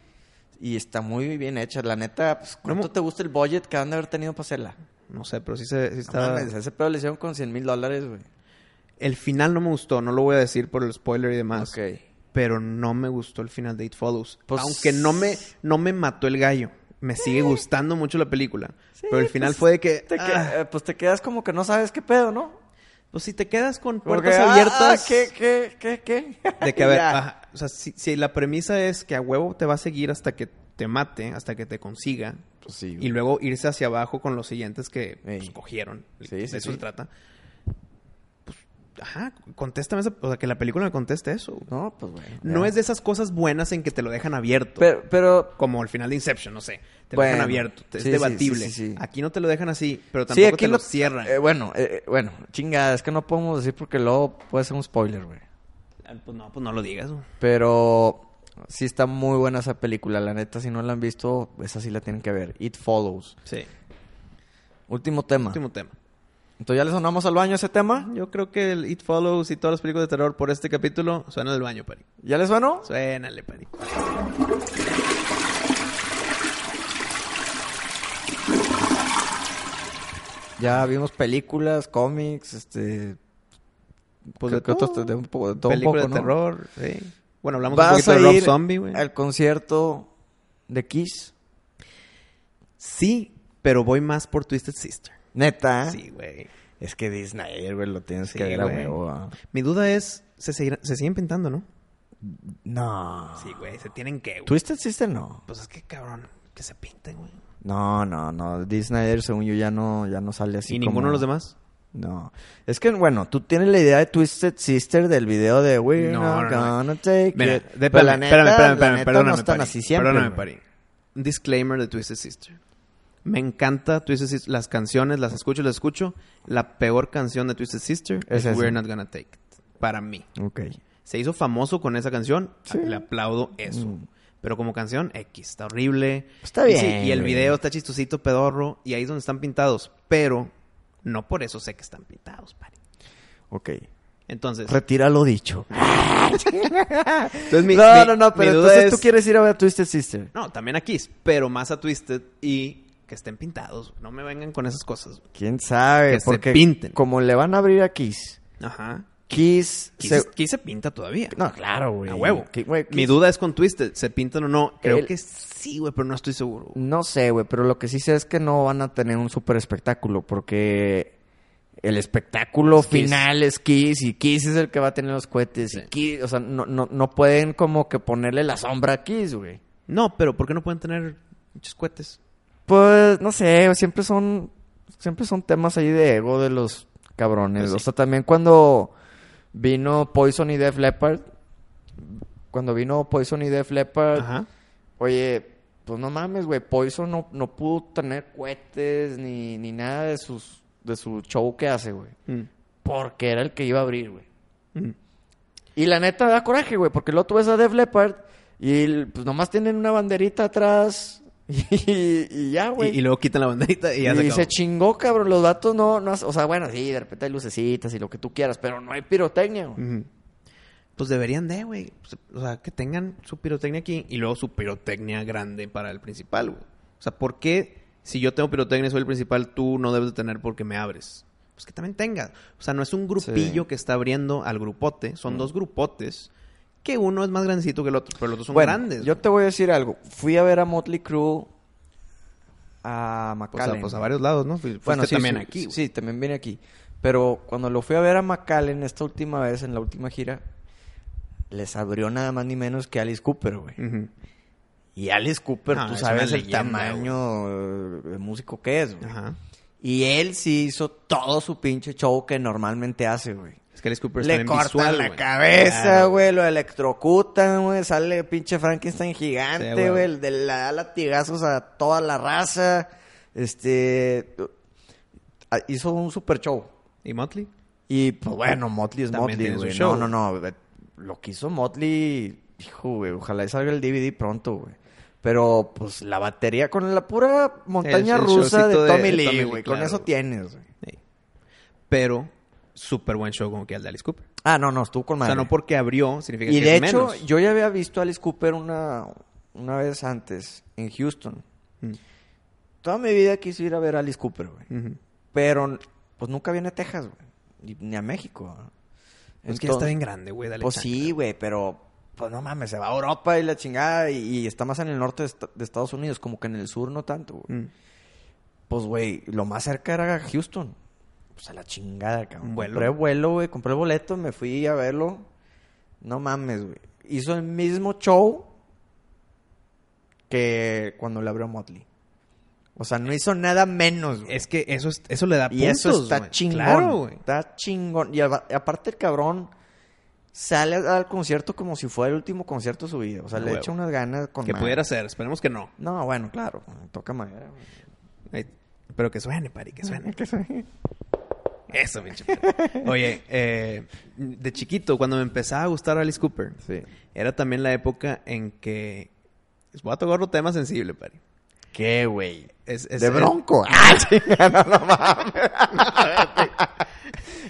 [SPEAKER 2] Y está muy bien hecha. La neta, pues, ¿cuánto
[SPEAKER 1] ¿Cómo?
[SPEAKER 2] te gusta el budget que han de haber tenido para hacerla?
[SPEAKER 1] No sé, pero sí, se, sí
[SPEAKER 2] No
[SPEAKER 1] está...
[SPEAKER 2] mames, ese pedo le hicieron con 100 mil dólares, güey.
[SPEAKER 1] el final no me gustó. No lo voy a decir por el spoiler y demás.
[SPEAKER 2] Ok.
[SPEAKER 1] Pero no me gustó el final de It Follows.
[SPEAKER 2] Pues-
[SPEAKER 1] Aunque no me, no me mató el gallo. Me sigue gustando mucho la película. pero el final fue de que...
[SPEAKER 2] Te que-
[SPEAKER 1] ah,
[SPEAKER 2] eh, pues te quedas como que no sabes qué pedo, ¿no?
[SPEAKER 1] pues si te quedas con
[SPEAKER 2] Porque,
[SPEAKER 1] puertas
[SPEAKER 2] ah,
[SPEAKER 1] abiertas...
[SPEAKER 2] ah, ¿Qué, qué, qué, qué?
[SPEAKER 1] De que, a ver,
[SPEAKER 2] Ya.
[SPEAKER 1] ajá, o sea, si, si la premisa es que a huevo te va a seguir hasta que te mate, hasta que te consiga,
[SPEAKER 4] Pues sí,
[SPEAKER 1] y luego irse hacia abajo con los siguientes que
[SPEAKER 2] Ey.
[SPEAKER 1] pues, cogieron.
[SPEAKER 2] Sí,
[SPEAKER 1] de
[SPEAKER 2] sí,
[SPEAKER 1] eso
[SPEAKER 2] sí.
[SPEAKER 1] se trata. Pues, ajá, contéstame esa, o sea, que la película me conteste eso. No,
[SPEAKER 2] No, pues bueno. ya.
[SPEAKER 1] es de esas cosas buenas en que te lo dejan abierto.
[SPEAKER 2] Pero, pero
[SPEAKER 1] como el final de Inception, no sé. Te
[SPEAKER 2] Bueno,
[SPEAKER 1] lo dejan abierto, te-
[SPEAKER 2] sí, sí,
[SPEAKER 1] es debatible.
[SPEAKER 2] sí, sí, sí.
[SPEAKER 1] Aquí no te lo dejan así, pero tampoco
[SPEAKER 2] sí, aquí
[SPEAKER 1] te lo,
[SPEAKER 2] lo
[SPEAKER 1] cierran.
[SPEAKER 2] eh, bueno, eh, eh, bueno, chingada, es que no podemos decir porque luego puede ser un spoiler, güey.
[SPEAKER 1] Ah, pues no, pues no lo digas. güey.
[SPEAKER 2] Pero sí está muy buena esa película, la neta, si no la han visto, esa sí la tienen que ver. It Follows.
[SPEAKER 1] Sí.
[SPEAKER 2] Último tema.
[SPEAKER 1] Último tema.
[SPEAKER 2] Entonces ya le sonamos al baño ese tema.
[SPEAKER 1] Yo creo que el It Follows y todas las películas de terror por este capítulo suenan del baño, Pari.
[SPEAKER 2] ¿Ya le sonó?
[SPEAKER 1] Suénale, Pari.
[SPEAKER 2] Ya vimos películas, cómics, este...
[SPEAKER 1] Pues
[SPEAKER 2] creo
[SPEAKER 1] de
[SPEAKER 2] que otros
[SPEAKER 1] todo.
[SPEAKER 2] de un poco, de todo un
[SPEAKER 1] Película
[SPEAKER 2] poco,
[SPEAKER 1] de
[SPEAKER 2] ¿no?
[SPEAKER 1] terror, sí. Bueno, hablamos un
[SPEAKER 2] ¿Vas
[SPEAKER 1] poquito
[SPEAKER 2] a
[SPEAKER 1] de Rob
[SPEAKER 2] ir
[SPEAKER 1] Zombie, güey.
[SPEAKER 2] al concierto de Kiss?
[SPEAKER 1] Sí, pero voy más por Twisted Sister.
[SPEAKER 2] Neta.
[SPEAKER 1] Sí, güey.
[SPEAKER 2] Es que Disney, güey, lo tienes
[SPEAKER 1] Sí,
[SPEAKER 2] que ver a
[SPEAKER 1] güey.
[SPEAKER 2] huevo, ah.
[SPEAKER 1] Mi duda es, ¿se, seguirán- se siguen pintando, ¿no?
[SPEAKER 2] No.
[SPEAKER 1] Sí, güey, se tienen que, güey.
[SPEAKER 2] Twisted Sister no.
[SPEAKER 1] Pues es que, cabrón, que se pinten, güey.
[SPEAKER 2] No, no, no. Disney, según yo, ya no, ya no sale así.
[SPEAKER 1] ¿Y ninguno
[SPEAKER 2] como-
[SPEAKER 1] de los demás?
[SPEAKER 2] No. Es que, bueno, tú tienes la idea de Twisted Sister del video de We're
[SPEAKER 1] No, no,
[SPEAKER 2] not
[SPEAKER 1] no.
[SPEAKER 2] gonna take
[SPEAKER 1] Mira,
[SPEAKER 2] it.
[SPEAKER 1] de-
[SPEAKER 2] Pero
[SPEAKER 1] espérame,
[SPEAKER 2] la neta-
[SPEAKER 1] espérame,
[SPEAKER 2] la
[SPEAKER 1] espérame, espérame,
[SPEAKER 2] neta
[SPEAKER 1] perdóname,
[SPEAKER 2] no están
[SPEAKER 1] Pari.
[SPEAKER 2] así siempre.
[SPEAKER 1] Perdóname,
[SPEAKER 2] güey.
[SPEAKER 1] Pari. Un Disclaimer de Twisted Sister. Me encanta Twisted Sister. Las canciones, las escucho, las escucho. La peor canción de Twisted Sister
[SPEAKER 2] Es
[SPEAKER 1] es,
[SPEAKER 2] esa.
[SPEAKER 1] We're Not Gonna Take It. Para mí.
[SPEAKER 2] Ok.
[SPEAKER 1] Se hizo famoso con esa canción. Le aplaudo eso. Pero como canción, X. Está horrible.
[SPEAKER 2] Mm. Pues Está
[SPEAKER 1] Y sí,
[SPEAKER 2] bien,
[SPEAKER 1] Y, el
[SPEAKER 2] güey.
[SPEAKER 1] video está chistosito, pedorro. Y ahí es donde están pintados. Pero no por eso sé que están pintados, Pari.
[SPEAKER 2] Ok.
[SPEAKER 1] Entonces,
[SPEAKER 2] Retira lo dicho.
[SPEAKER 1] entonces mi-
[SPEAKER 2] no,
[SPEAKER 1] mi-
[SPEAKER 2] no, no,
[SPEAKER 1] mi
[SPEAKER 2] pero
[SPEAKER 1] duda
[SPEAKER 2] entonces
[SPEAKER 1] es-
[SPEAKER 2] tú quieres ir a ver a Twisted Sister.
[SPEAKER 1] No, también a Kiss, pero más a Twisted y que estén pintados. No me vengan con esas cosas.
[SPEAKER 2] ¿Quién sabe?
[SPEAKER 1] Que se pinten.
[SPEAKER 2] como le van a abrir a Kiss,
[SPEAKER 1] Ajá.
[SPEAKER 2] Kiss...
[SPEAKER 1] Kiss
[SPEAKER 2] se-
[SPEAKER 1] Kiss se, pinta todavía.
[SPEAKER 2] No, claro, güey.
[SPEAKER 1] a huevo.
[SPEAKER 2] Ki- güey, Kiss-
[SPEAKER 1] Mi duda es con Twisted. ¿Se pintan o no? Creo
[SPEAKER 2] El-
[SPEAKER 1] que sí, güey, pero no estoy seguro.
[SPEAKER 2] No sé, güey, pero lo que sí sé es que no van a tener un super espectáculo porque el espectáculo
[SPEAKER 1] Kiss.
[SPEAKER 2] final es Kiss y Kiss es el que va a tener los cohetes. Y
[SPEAKER 1] Sí.
[SPEAKER 2] Kiss, o sea, no, no, no pueden como que ponerle la sombra a Kiss, güey.
[SPEAKER 1] No, pero ¿por qué no pueden tener muchos cohetes?
[SPEAKER 2] Pues, no sé, güey, siempre son, siempre son temas ahí de ego de los cabrones.
[SPEAKER 1] Pues sí.
[SPEAKER 2] O sea, también cuando vino Poison y Def Leppard, cuando vino Poison y Def Leppard,
[SPEAKER 1] Ajá.
[SPEAKER 2] Oye, pues no mames, güey. Poison no, no pudo tener cohetes ni, ni nada de sus de su show que hace, güey.
[SPEAKER 1] Mm.
[SPEAKER 2] Porque era el que iba a abrir, güey.
[SPEAKER 1] Mm.
[SPEAKER 2] Y la neta da coraje, güey. Porque luego tú ves a Def Leppard y el- pues nomás tienen una banderita atrás y, y ya,
[SPEAKER 1] Y,
[SPEAKER 2] güey.
[SPEAKER 1] y luego quitan la bandita y ya se
[SPEAKER 2] Y
[SPEAKER 1] acabó.
[SPEAKER 2] se chingó, cabrón. Los vatos no, no... hace- O sea, bueno, sí, de repente hay lucecitas y lo que tú quieras. Pero no hay pirotecnia, güey.
[SPEAKER 1] Ujú. Pues deberían de, güey. Pues, O sea, que tengan su pirotecnia aquí y luego su pirotecnia grande para el principal, güey. O sea, ¿por qué si yo tengo pirotecnia y soy el principal, tú no debes de tener porque me abres? Pues que también tengas. O sea, no es un grupillo
[SPEAKER 2] Sí.
[SPEAKER 1] que está abriendo al grupote. Son dos grupotes que uno es más grandecito que el otro, pero los dos son
[SPEAKER 2] Bueno,
[SPEAKER 1] grandes.
[SPEAKER 2] Yo
[SPEAKER 1] güey.
[SPEAKER 2] te voy a decir algo. Fui a ver a Motley Crue a
[SPEAKER 1] Pues, a,
[SPEAKER 2] McAllen.
[SPEAKER 1] pues a varios lados, ¿no? Fuiste
[SPEAKER 2] Bueno, sí,
[SPEAKER 1] también
[SPEAKER 2] sí,
[SPEAKER 1] aquí. güey.
[SPEAKER 2] Sí, también vine aquí. Pero cuando lo fui a ver a McAllen esta última vez, en la última gira, les abrió nada más ni menos que Alice Cooper, güey.
[SPEAKER 1] Ujú.
[SPEAKER 2] Y Alice Cooper,
[SPEAKER 1] Ah,
[SPEAKER 2] tú
[SPEAKER 1] Mm. es
[SPEAKER 2] sabes
[SPEAKER 1] una
[SPEAKER 2] el
[SPEAKER 1] leyenda,
[SPEAKER 2] tamaño eh, de músico que es, güey.
[SPEAKER 1] Ajá.
[SPEAKER 2] Y él sí hizo todo su pinche show que normalmente hace, güey.
[SPEAKER 1] Es que el Cooper
[SPEAKER 2] Le cortan la cabeza, güey, lo electrocutan, güey, sale pinche Frankenstein
[SPEAKER 1] Sí,
[SPEAKER 2] gigante,
[SPEAKER 1] güey.
[SPEAKER 2] güey, el de- le da latigazos a toda la raza. Este, ah, hizo un super show.
[SPEAKER 1] ¿Y Motley?
[SPEAKER 2] Y pues bueno, Motley es
[SPEAKER 1] También
[SPEAKER 2] Motley,
[SPEAKER 1] tiene su
[SPEAKER 2] güey. No,
[SPEAKER 1] show.
[SPEAKER 2] no, no. eh, Lo que hizo Motley, hijo, güey, ojalá y salga el DVD pronto, güey. Pero pues la batería con la pura montaña
[SPEAKER 1] El- el
[SPEAKER 2] rusa de
[SPEAKER 1] showcito
[SPEAKER 2] Tommy,
[SPEAKER 1] de- de
[SPEAKER 2] Lee,
[SPEAKER 1] Tommy Lee,
[SPEAKER 2] güey. Con
[SPEAKER 1] claro,
[SPEAKER 2] eso
[SPEAKER 1] güey.
[SPEAKER 2] tienes, güey.
[SPEAKER 1] Sí. Pero, súper buen show como que el de Alice Cooper.
[SPEAKER 2] Ah, no, no, estuvo con
[SPEAKER 1] O
[SPEAKER 2] madre.
[SPEAKER 1] sea, no porque abrió significa
[SPEAKER 2] Y
[SPEAKER 1] que
[SPEAKER 2] de
[SPEAKER 1] es
[SPEAKER 2] hecho,
[SPEAKER 1] menos.
[SPEAKER 2] yo ya había visto a Alice Cooper una, una vez antes, en Houston.
[SPEAKER 1] Mm.
[SPEAKER 2] Toda mi vida quise ir a ver a Alice Cooper, güey.
[SPEAKER 1] Ujú.
[SPEAKER 2] Pero pues nunca viene a Texas, güey. Ni ni a México. ¿no?
[SPEAKER 1] Es que ya está
[SPEAKER 2] Entonces-
[SPEAKER 1] bien grande, güey. Dale
[SPEAKER 2] Pues
[SPEAKER 1] chance.
[SPEAKER 2] sí, güey, pero pues no mames, se va a Europa y la chingada y, y está más en el norte de, esta- de Estados Unidos, como que en el sur no tanto, güey.
[SPEAKER 1] Mm.
[SPEAKER 2] Pues güey, lo más cerca era Houston. Pues a la chingada, cabrón.
[SPEAKER 1] Un vuelo.
[SPEAKER 2] Compré vuelo, güey, compré el boleto, me fui a verlo. No mames, güey. Hizo el mismo show que cuando le abrió Motley. O sea, no hizo nada menos, güey.
[SPEAKER 1] Es que eso, es- eso le da
[SPEAKER 2] Y eso
[SPEAKER 1] puntos,
[SPEAKER 2] está
[SPEAKER 1] güey.
[SPEAKER 2] chingón.
[SPEAKER 1] Claro, güey.
[SPEAKER 2] está chingón. Y a- aparte el cabrón sale al concierto como si fuera el último concierto de su vida. O sea,
[SPEAKER 1] A
[SPEAKER 2] le
[SPEAKER 1] huevo.
[SPEAKER 2] echa unas ganas con
[SPEAKER 1] Que
[SPEAKER 2] madre.
[SPEAKER 1] pudiera ser. Esperemos que no.
[SPEAKER 2] No, bueno, claro. Toca madera. güey.
[SPEAKER 1] Ay, Pero que suene, pari, que suene. Eso, pinche. perro. Oye, eh, de chiquito, cuando me empezaba a gustar Alice Cooper,
[SPEAKER 3] Sí.
[SPEAKER 1] era también la época en que... Voy a tocar otro tema sensible, pari.
[SPEAKER 2] ¿Qué, güey?
[SPEAKER 1] Es- es-
[SPEAKER 2] De
[SPEAKER 1] es-
[SPEAKER 2] bronco. ¡Ah, chinga, no, no mames!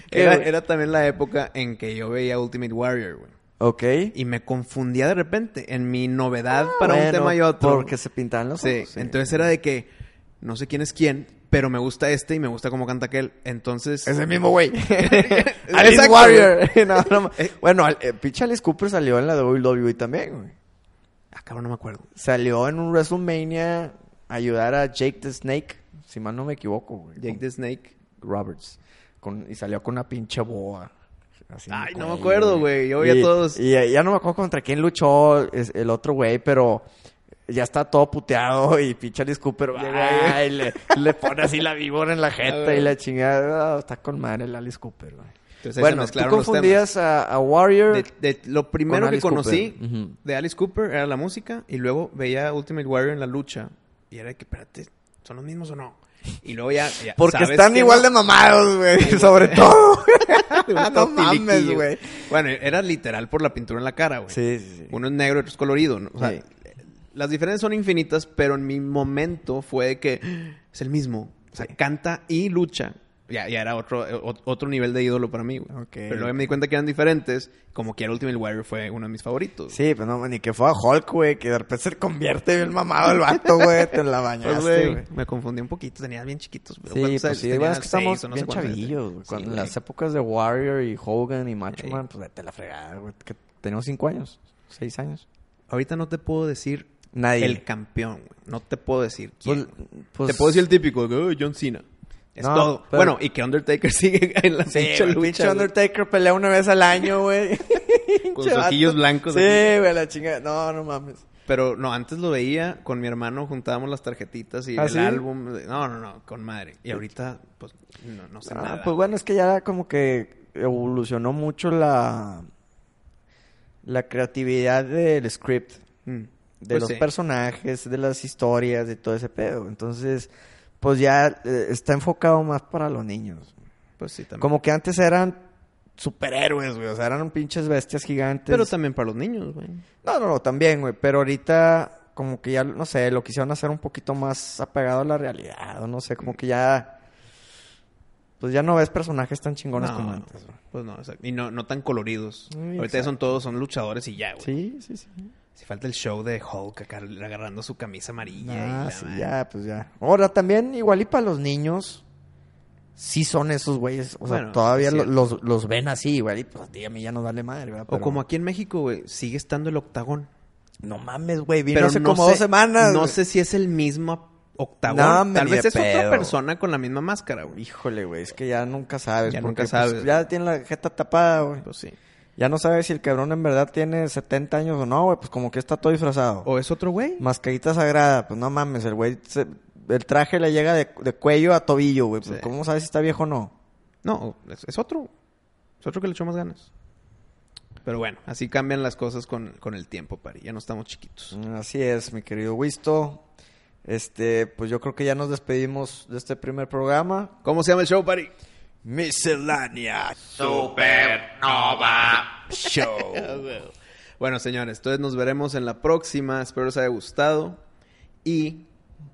[SPEAKER 2] ¿Qué,
[SPEAKER 1] Era,
[SPEAKER 2] güey?
[SPEAKER 1] era también la época en que yo veía Ultimate Warrior, güey.
[SPEAKER 2] Ok.
[SPEAKER 1] Y me confundía de repente en mi novedad
[SPEAKER 2] Ah,
[SPEAKER 1] para un
[SPEAKER 2] bueno,
[SPEAKER 1] tema y otro.
[SPEAKER 2] Porque se pintaban los
[SPEAKER 1] Sí,
[SPEAKER 2] ojos.
[SPEAKER 1] entonces era de que no sé quién es quién, pero me gusta este y me gusta cómo canta aquel. Entonces.
[SPEAKER 2] Es el mismo güey. Alice
[SPEAKER 1] Exacto,
[SPEAKER 2] Warrior. No, no,
[SPEAKER 1] Eh.
[SPEAKER 2] bueno, al- eh, pinche Alice Cooper salió en la WWE también, güey.
[SPEAKER 1] Ah, cabrón, no me acuerdo.
[SPEAKER 2] Salió en un WrestleMania a ayudar a Jake the Snake, si mal no me equivoco, güey.
[SPEAKER 1] Jake the Snake.
[SPEAKER 2] Con Roberts. Con- y salió con una pinche boa. así
[SPEAKER 1] Ay,
[SPEAKER 2] con
[SPEAKER 1] no me
[SPEAKER 2] él,
[SPEAKER 1] acuerdo, güey. Yo vi a
[SPEAKER 2] Y-
[SPEAKER 1] todos.
[SPEAKER 2] Y ya no me acuerdo contra quién luchó es- el otro güey, pero ya está todo puteado y pinche Alice Cooper va y le, le pone así la víbora en la jeta y la chingada. Ah, Está con madre el Alice Cooper, güey.
[SPEAKER 1] Entonces ahí se
[SPEAKER 2] bueno, tú
[SPEAKER 1] mezclaron los
[SPEAKER 2] confundías a, a Warrior.
[SPEAKER 1] De, de- lo primero
[SPEAKER 2] Con
[SPEAKER 1] que
[SPEAKER 2] Alice
[SPEAKER 1] conocí
[SPEAKER 2] Cooper. Ujú.
[SPEAKER 1] de Alice Cooper era la música y luego veía Ultimate Warrior en la lucha y era de que, espérate, ¿son los mismos o no? Y luego ya. ya
[SPEAKER 2] Porque
[SPEAKER 1] sabes
[SPEAKER 2] están
[SPEAKER 1] que
[SPEAKER 2] igual
[SPEAKER 1] no.
[SPEAKER 2] de mamados, güey. Sobre todo. Ah,
[SPEAKER 1] Uno
[SPEAKER 2] no
[SPEAKER 1] todo
[SPEAKER 2] mames,
[SPEAKER 1] tiliquillo.
[SPEAKER 2] güey.
[SPEAKER 1] Bueno, era literal por la pintura en la cara, güey.
[SPEAKER 2] Sí, sí, sí.
[SPEAKER 1] Uno es negro, otro es colorido. ¿no? O sea,
[SPEAKER 2] Sí.
[SPEAKER 1] las diferencias son infinitas, pero en mi momento fue de que es el mismo. O sea, canta y lucha. Ya, ya era otro, eh, o- otro nivel de ídolo para mí, güey.
[SPEAKER 2] Ok.
[SPEAKER 1] Pero luego me di cuenta que eran diferentes. Como que el Ultimate Warrior fue uno de mis favoritos.
[SPEAKER 2] Sí, pero no, ni que fuera Hulk, güey, que de repente se convierte bien mamado el vato, güey, te la
[SPEAKER 1] Pues,
[SPEAKER 2] bañaste,
[SPEAKER 1] güey,
[SPEAKER 2] güey.
[SPEAKER 1] me confundí un poquito. Tenía bien chiquitos. Pero
[SPEAKER 2] Sí,
[SPEAKER 1] ¿cuántos
[SPEAKER 2] pues
[SPEAKER 1] años
[SPEAKER 2] sí,
[SPEAKER 1] tenía?
[SPEAKER 2] bueno, es que
[SPEAKER 1] Seis
[SPEAKER 2] estamos
[SPEAKER 1] o no sé
[SPEAKER 2] bien
[SPEAKER 1] cuántos.
[SPEAKER 2] chavillos, güey.
[SPEAKER 1] Sí,
[SPEAKER 2] Cuando en
[SPEAKER 1] güey.
[SPEAKER 2] las épocas de Warrior y Hogan y Macho
[SPEAKER 1] Sí.
[SPEAKER 2] Man, pues te la fregada, güey, que teníamos cinco años, seis años.
[SPEAKER 1] Ahorita no te puedo decir
[SPEAKER 2] Nadie.
[SPEAKER 1] el campeón, güey. No te puedo decir
[SPEAKER 2] Pues-
[SPEAKER 1] quién.
[SPEAKER 2] pues-
[SPEAKER 1] te puedo decir el típico, de, "Ay, John Cena. Es
[SPEAKER 2] No,
[SPEAKER 1] todo.
[SPEAKER 2] pero-
[SPEAKER 1] Bueno, y que Undertaker sigue en la
[SPEAKER 2] Sí, güey,
[SPEAKER 1] pinche
[SPEAKER 2] el
[SPEAKER 1] lucha.
[SPEAKER 2] pinche
[SPEAKER 1] güey.
[SPEAKER 2] Undertaker pelea una vez al año, güey.
[SPEAKER 1] Con
[SPEAKER 2] Pinche
[SPEAKER 1] sus ojillos
[SPEAKER 2] vato.
[SPEAKER 1] blancos
[SPEAKER 2] Sí,
[SPEAKER 1] aquí.
[SPEAKER 2] güey, la chingada. No, no mames.
[SPEAKER 1] Pero no, antes lo veía con mi hermano, juntábamos las tarjetitas y
[SPEAKER 2] ¿Ah,
[SPEAKER 1] el
[SPEAKER 2] sí?
[SPEAKER 1] álbum. No, no, no, con madre. Y ahorita, pues, no, no sé
[SPEAKER 2] Ah,
[SPEAKER 1] nada.
[SPEAKER 2] pues bueno, es que ya como que evolucionó mucho la la creatividad del script,
[SPEAKER 1] Mm.
[SPEAKER 2] de
[SPEAKER 1] Pues
[SPEAKER 2] los
[SPEAKER 1] sí.
[SPEAKER 2] personajes, de las historias, de todo ese pedo. Entonces, pues ya eh, está enfocado más para los niños.
[SPEAKER 1] Pues sí, también.
[SPEAKER 2] Como que antes eran superhéroes, güey, o sea, eran pinches bestias gigantes.
[SPEAKER 1] Pero también para los niños, güey.
[SPEAKER 2] No, no, no, también, güey. Pero ahorita, como que ya, no sé, lo quisieron hacer un poquito más apegado a la realidad. O no sé, como que ya. Pues ya no ves personajes tan chingones como
[SPEAKER 1] No,
[SPEAKER 2] antes, güey.
[SPEAKER 1] pues no, exacto. Y no, no tan coloridos.
[SPEAKER 2] Muy
[SPEAKER 1] ahorita ya son todos, son luchadores y ya, güey.
[SPEAKER 2] Sí, sí, sí.
[SPEAKER 1] Si falta el show de Hulk acá agarrando su camisa amarilla. y
[SPEAKER 2] Ah,
[SPEAKER 1] la
[SPEAKER 2] sí,
[SPEAKER 1] madre.
[SPEAKER 2] ya, pues ya. Ahora, también, igual y para los niños, sí son esos güeyes. O sea,
[SPEAKER 1] Bueno,
[SPEAKER 2] todavía
[SPEAKER 1] es
[SPEAKER 2] lo-
[SPEAKER 1] cierto.
[SPEAKER 2] los, los ven así, güey. Y pues a ti y a mí ya nos vale madre, ¿verdad?
[SPEAKER 1] O
[SPEAKER 2] Pero-
[SPEAKER 1] como aquí en México, güey, sigue estando el octagón.
[SPEAKER 2] No mames, güey. Vino hace como dos
[SPEAKER 1] sé-
[SPEAKER 2] semanas.
[SPEAKER 1] No
[SPEAKER 2] güey.
[SPEAKER 1] sé si es el mismo octagón.
[SPEAKER 2] No, hombre,
[SPEAKER 1] Tal
[SPEAKER 2] ni
[SPEAKER 1] vez
[SPEAKER 2] de
[SPEAKER 1] es otra
[SPEAKER 2] pedo.
[SPEAKER 1] persona con la misma máscara, güey.
[SPEAKER 2] Híjole, güey, es que ya nunca sabes.
[SPEAKER 1] Ya
[SPEAKER 2] porque,
[SPEAKER 1] nunca
[SPEAKER 2] pues,
[SPEAKER 1] sabes.
[SPEAKER 2] ya tiene la jeta tapada, güey.
[SPEAKER 1] Pues sí.
[SPEAKER 2] Ya no sabes si el cabrón en verdad tiene 70 años o no, güey. Pues como que está todo disfrazado.
[SPEAKER 1] O es otro güey.
[SPEAKER 2] Mascarita sagrada, pues no mames, el güey. se- El traje le llega de, de cuello a tobillo, güey. Pues
[SPEAKER 1] Sí.
[SPEAKER 2] cómo sabes si está viejo o no.
[SPEAKER 1] No, es, es otro. Es otro que le echó más ganas. Pero bueno, así
[SPEAKER 2] Mm,
[SPEAKER 1] cambian las cosas con, con el tiempo, Pari. Ya no estamos chiquitos.
[SPEAKER 2] Así es, mi querido Wisto. Este, pues yo creo que ya nos despedimos de este primer programa.
[SPEAKER 1] ¿Cómo se llama el show, Pari?
[SPEAKER 2] Miscelánea
[SPEAKER 4] Supernova.
[SPEAKER 2] Show.
[SPEAKER 1] Bueno, señores, entonces nos veremos en la próxima. Espero les haya gustado. Y,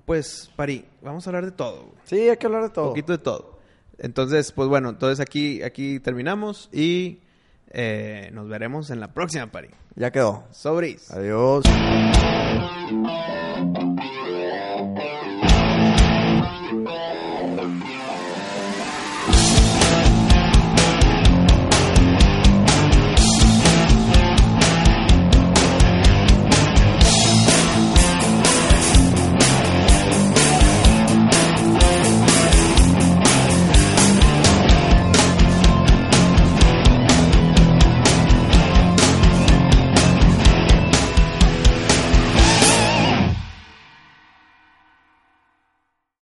[SPEAKER 1] pues, Pari, vamos a hablar de todo. güey.
[SPEAKER 2] Sí, hay que hablar de todo.
[SPEAKER 1] poquito de todo. Entonces, pues bueno, entonces aquí, aquí terminamos y eh, nos veremos en la próxima, Pari.
[SPEAKER 2] Ya quedó.
[SPEAKER 1] Sobris.
[SPEAKER 2] Adiós.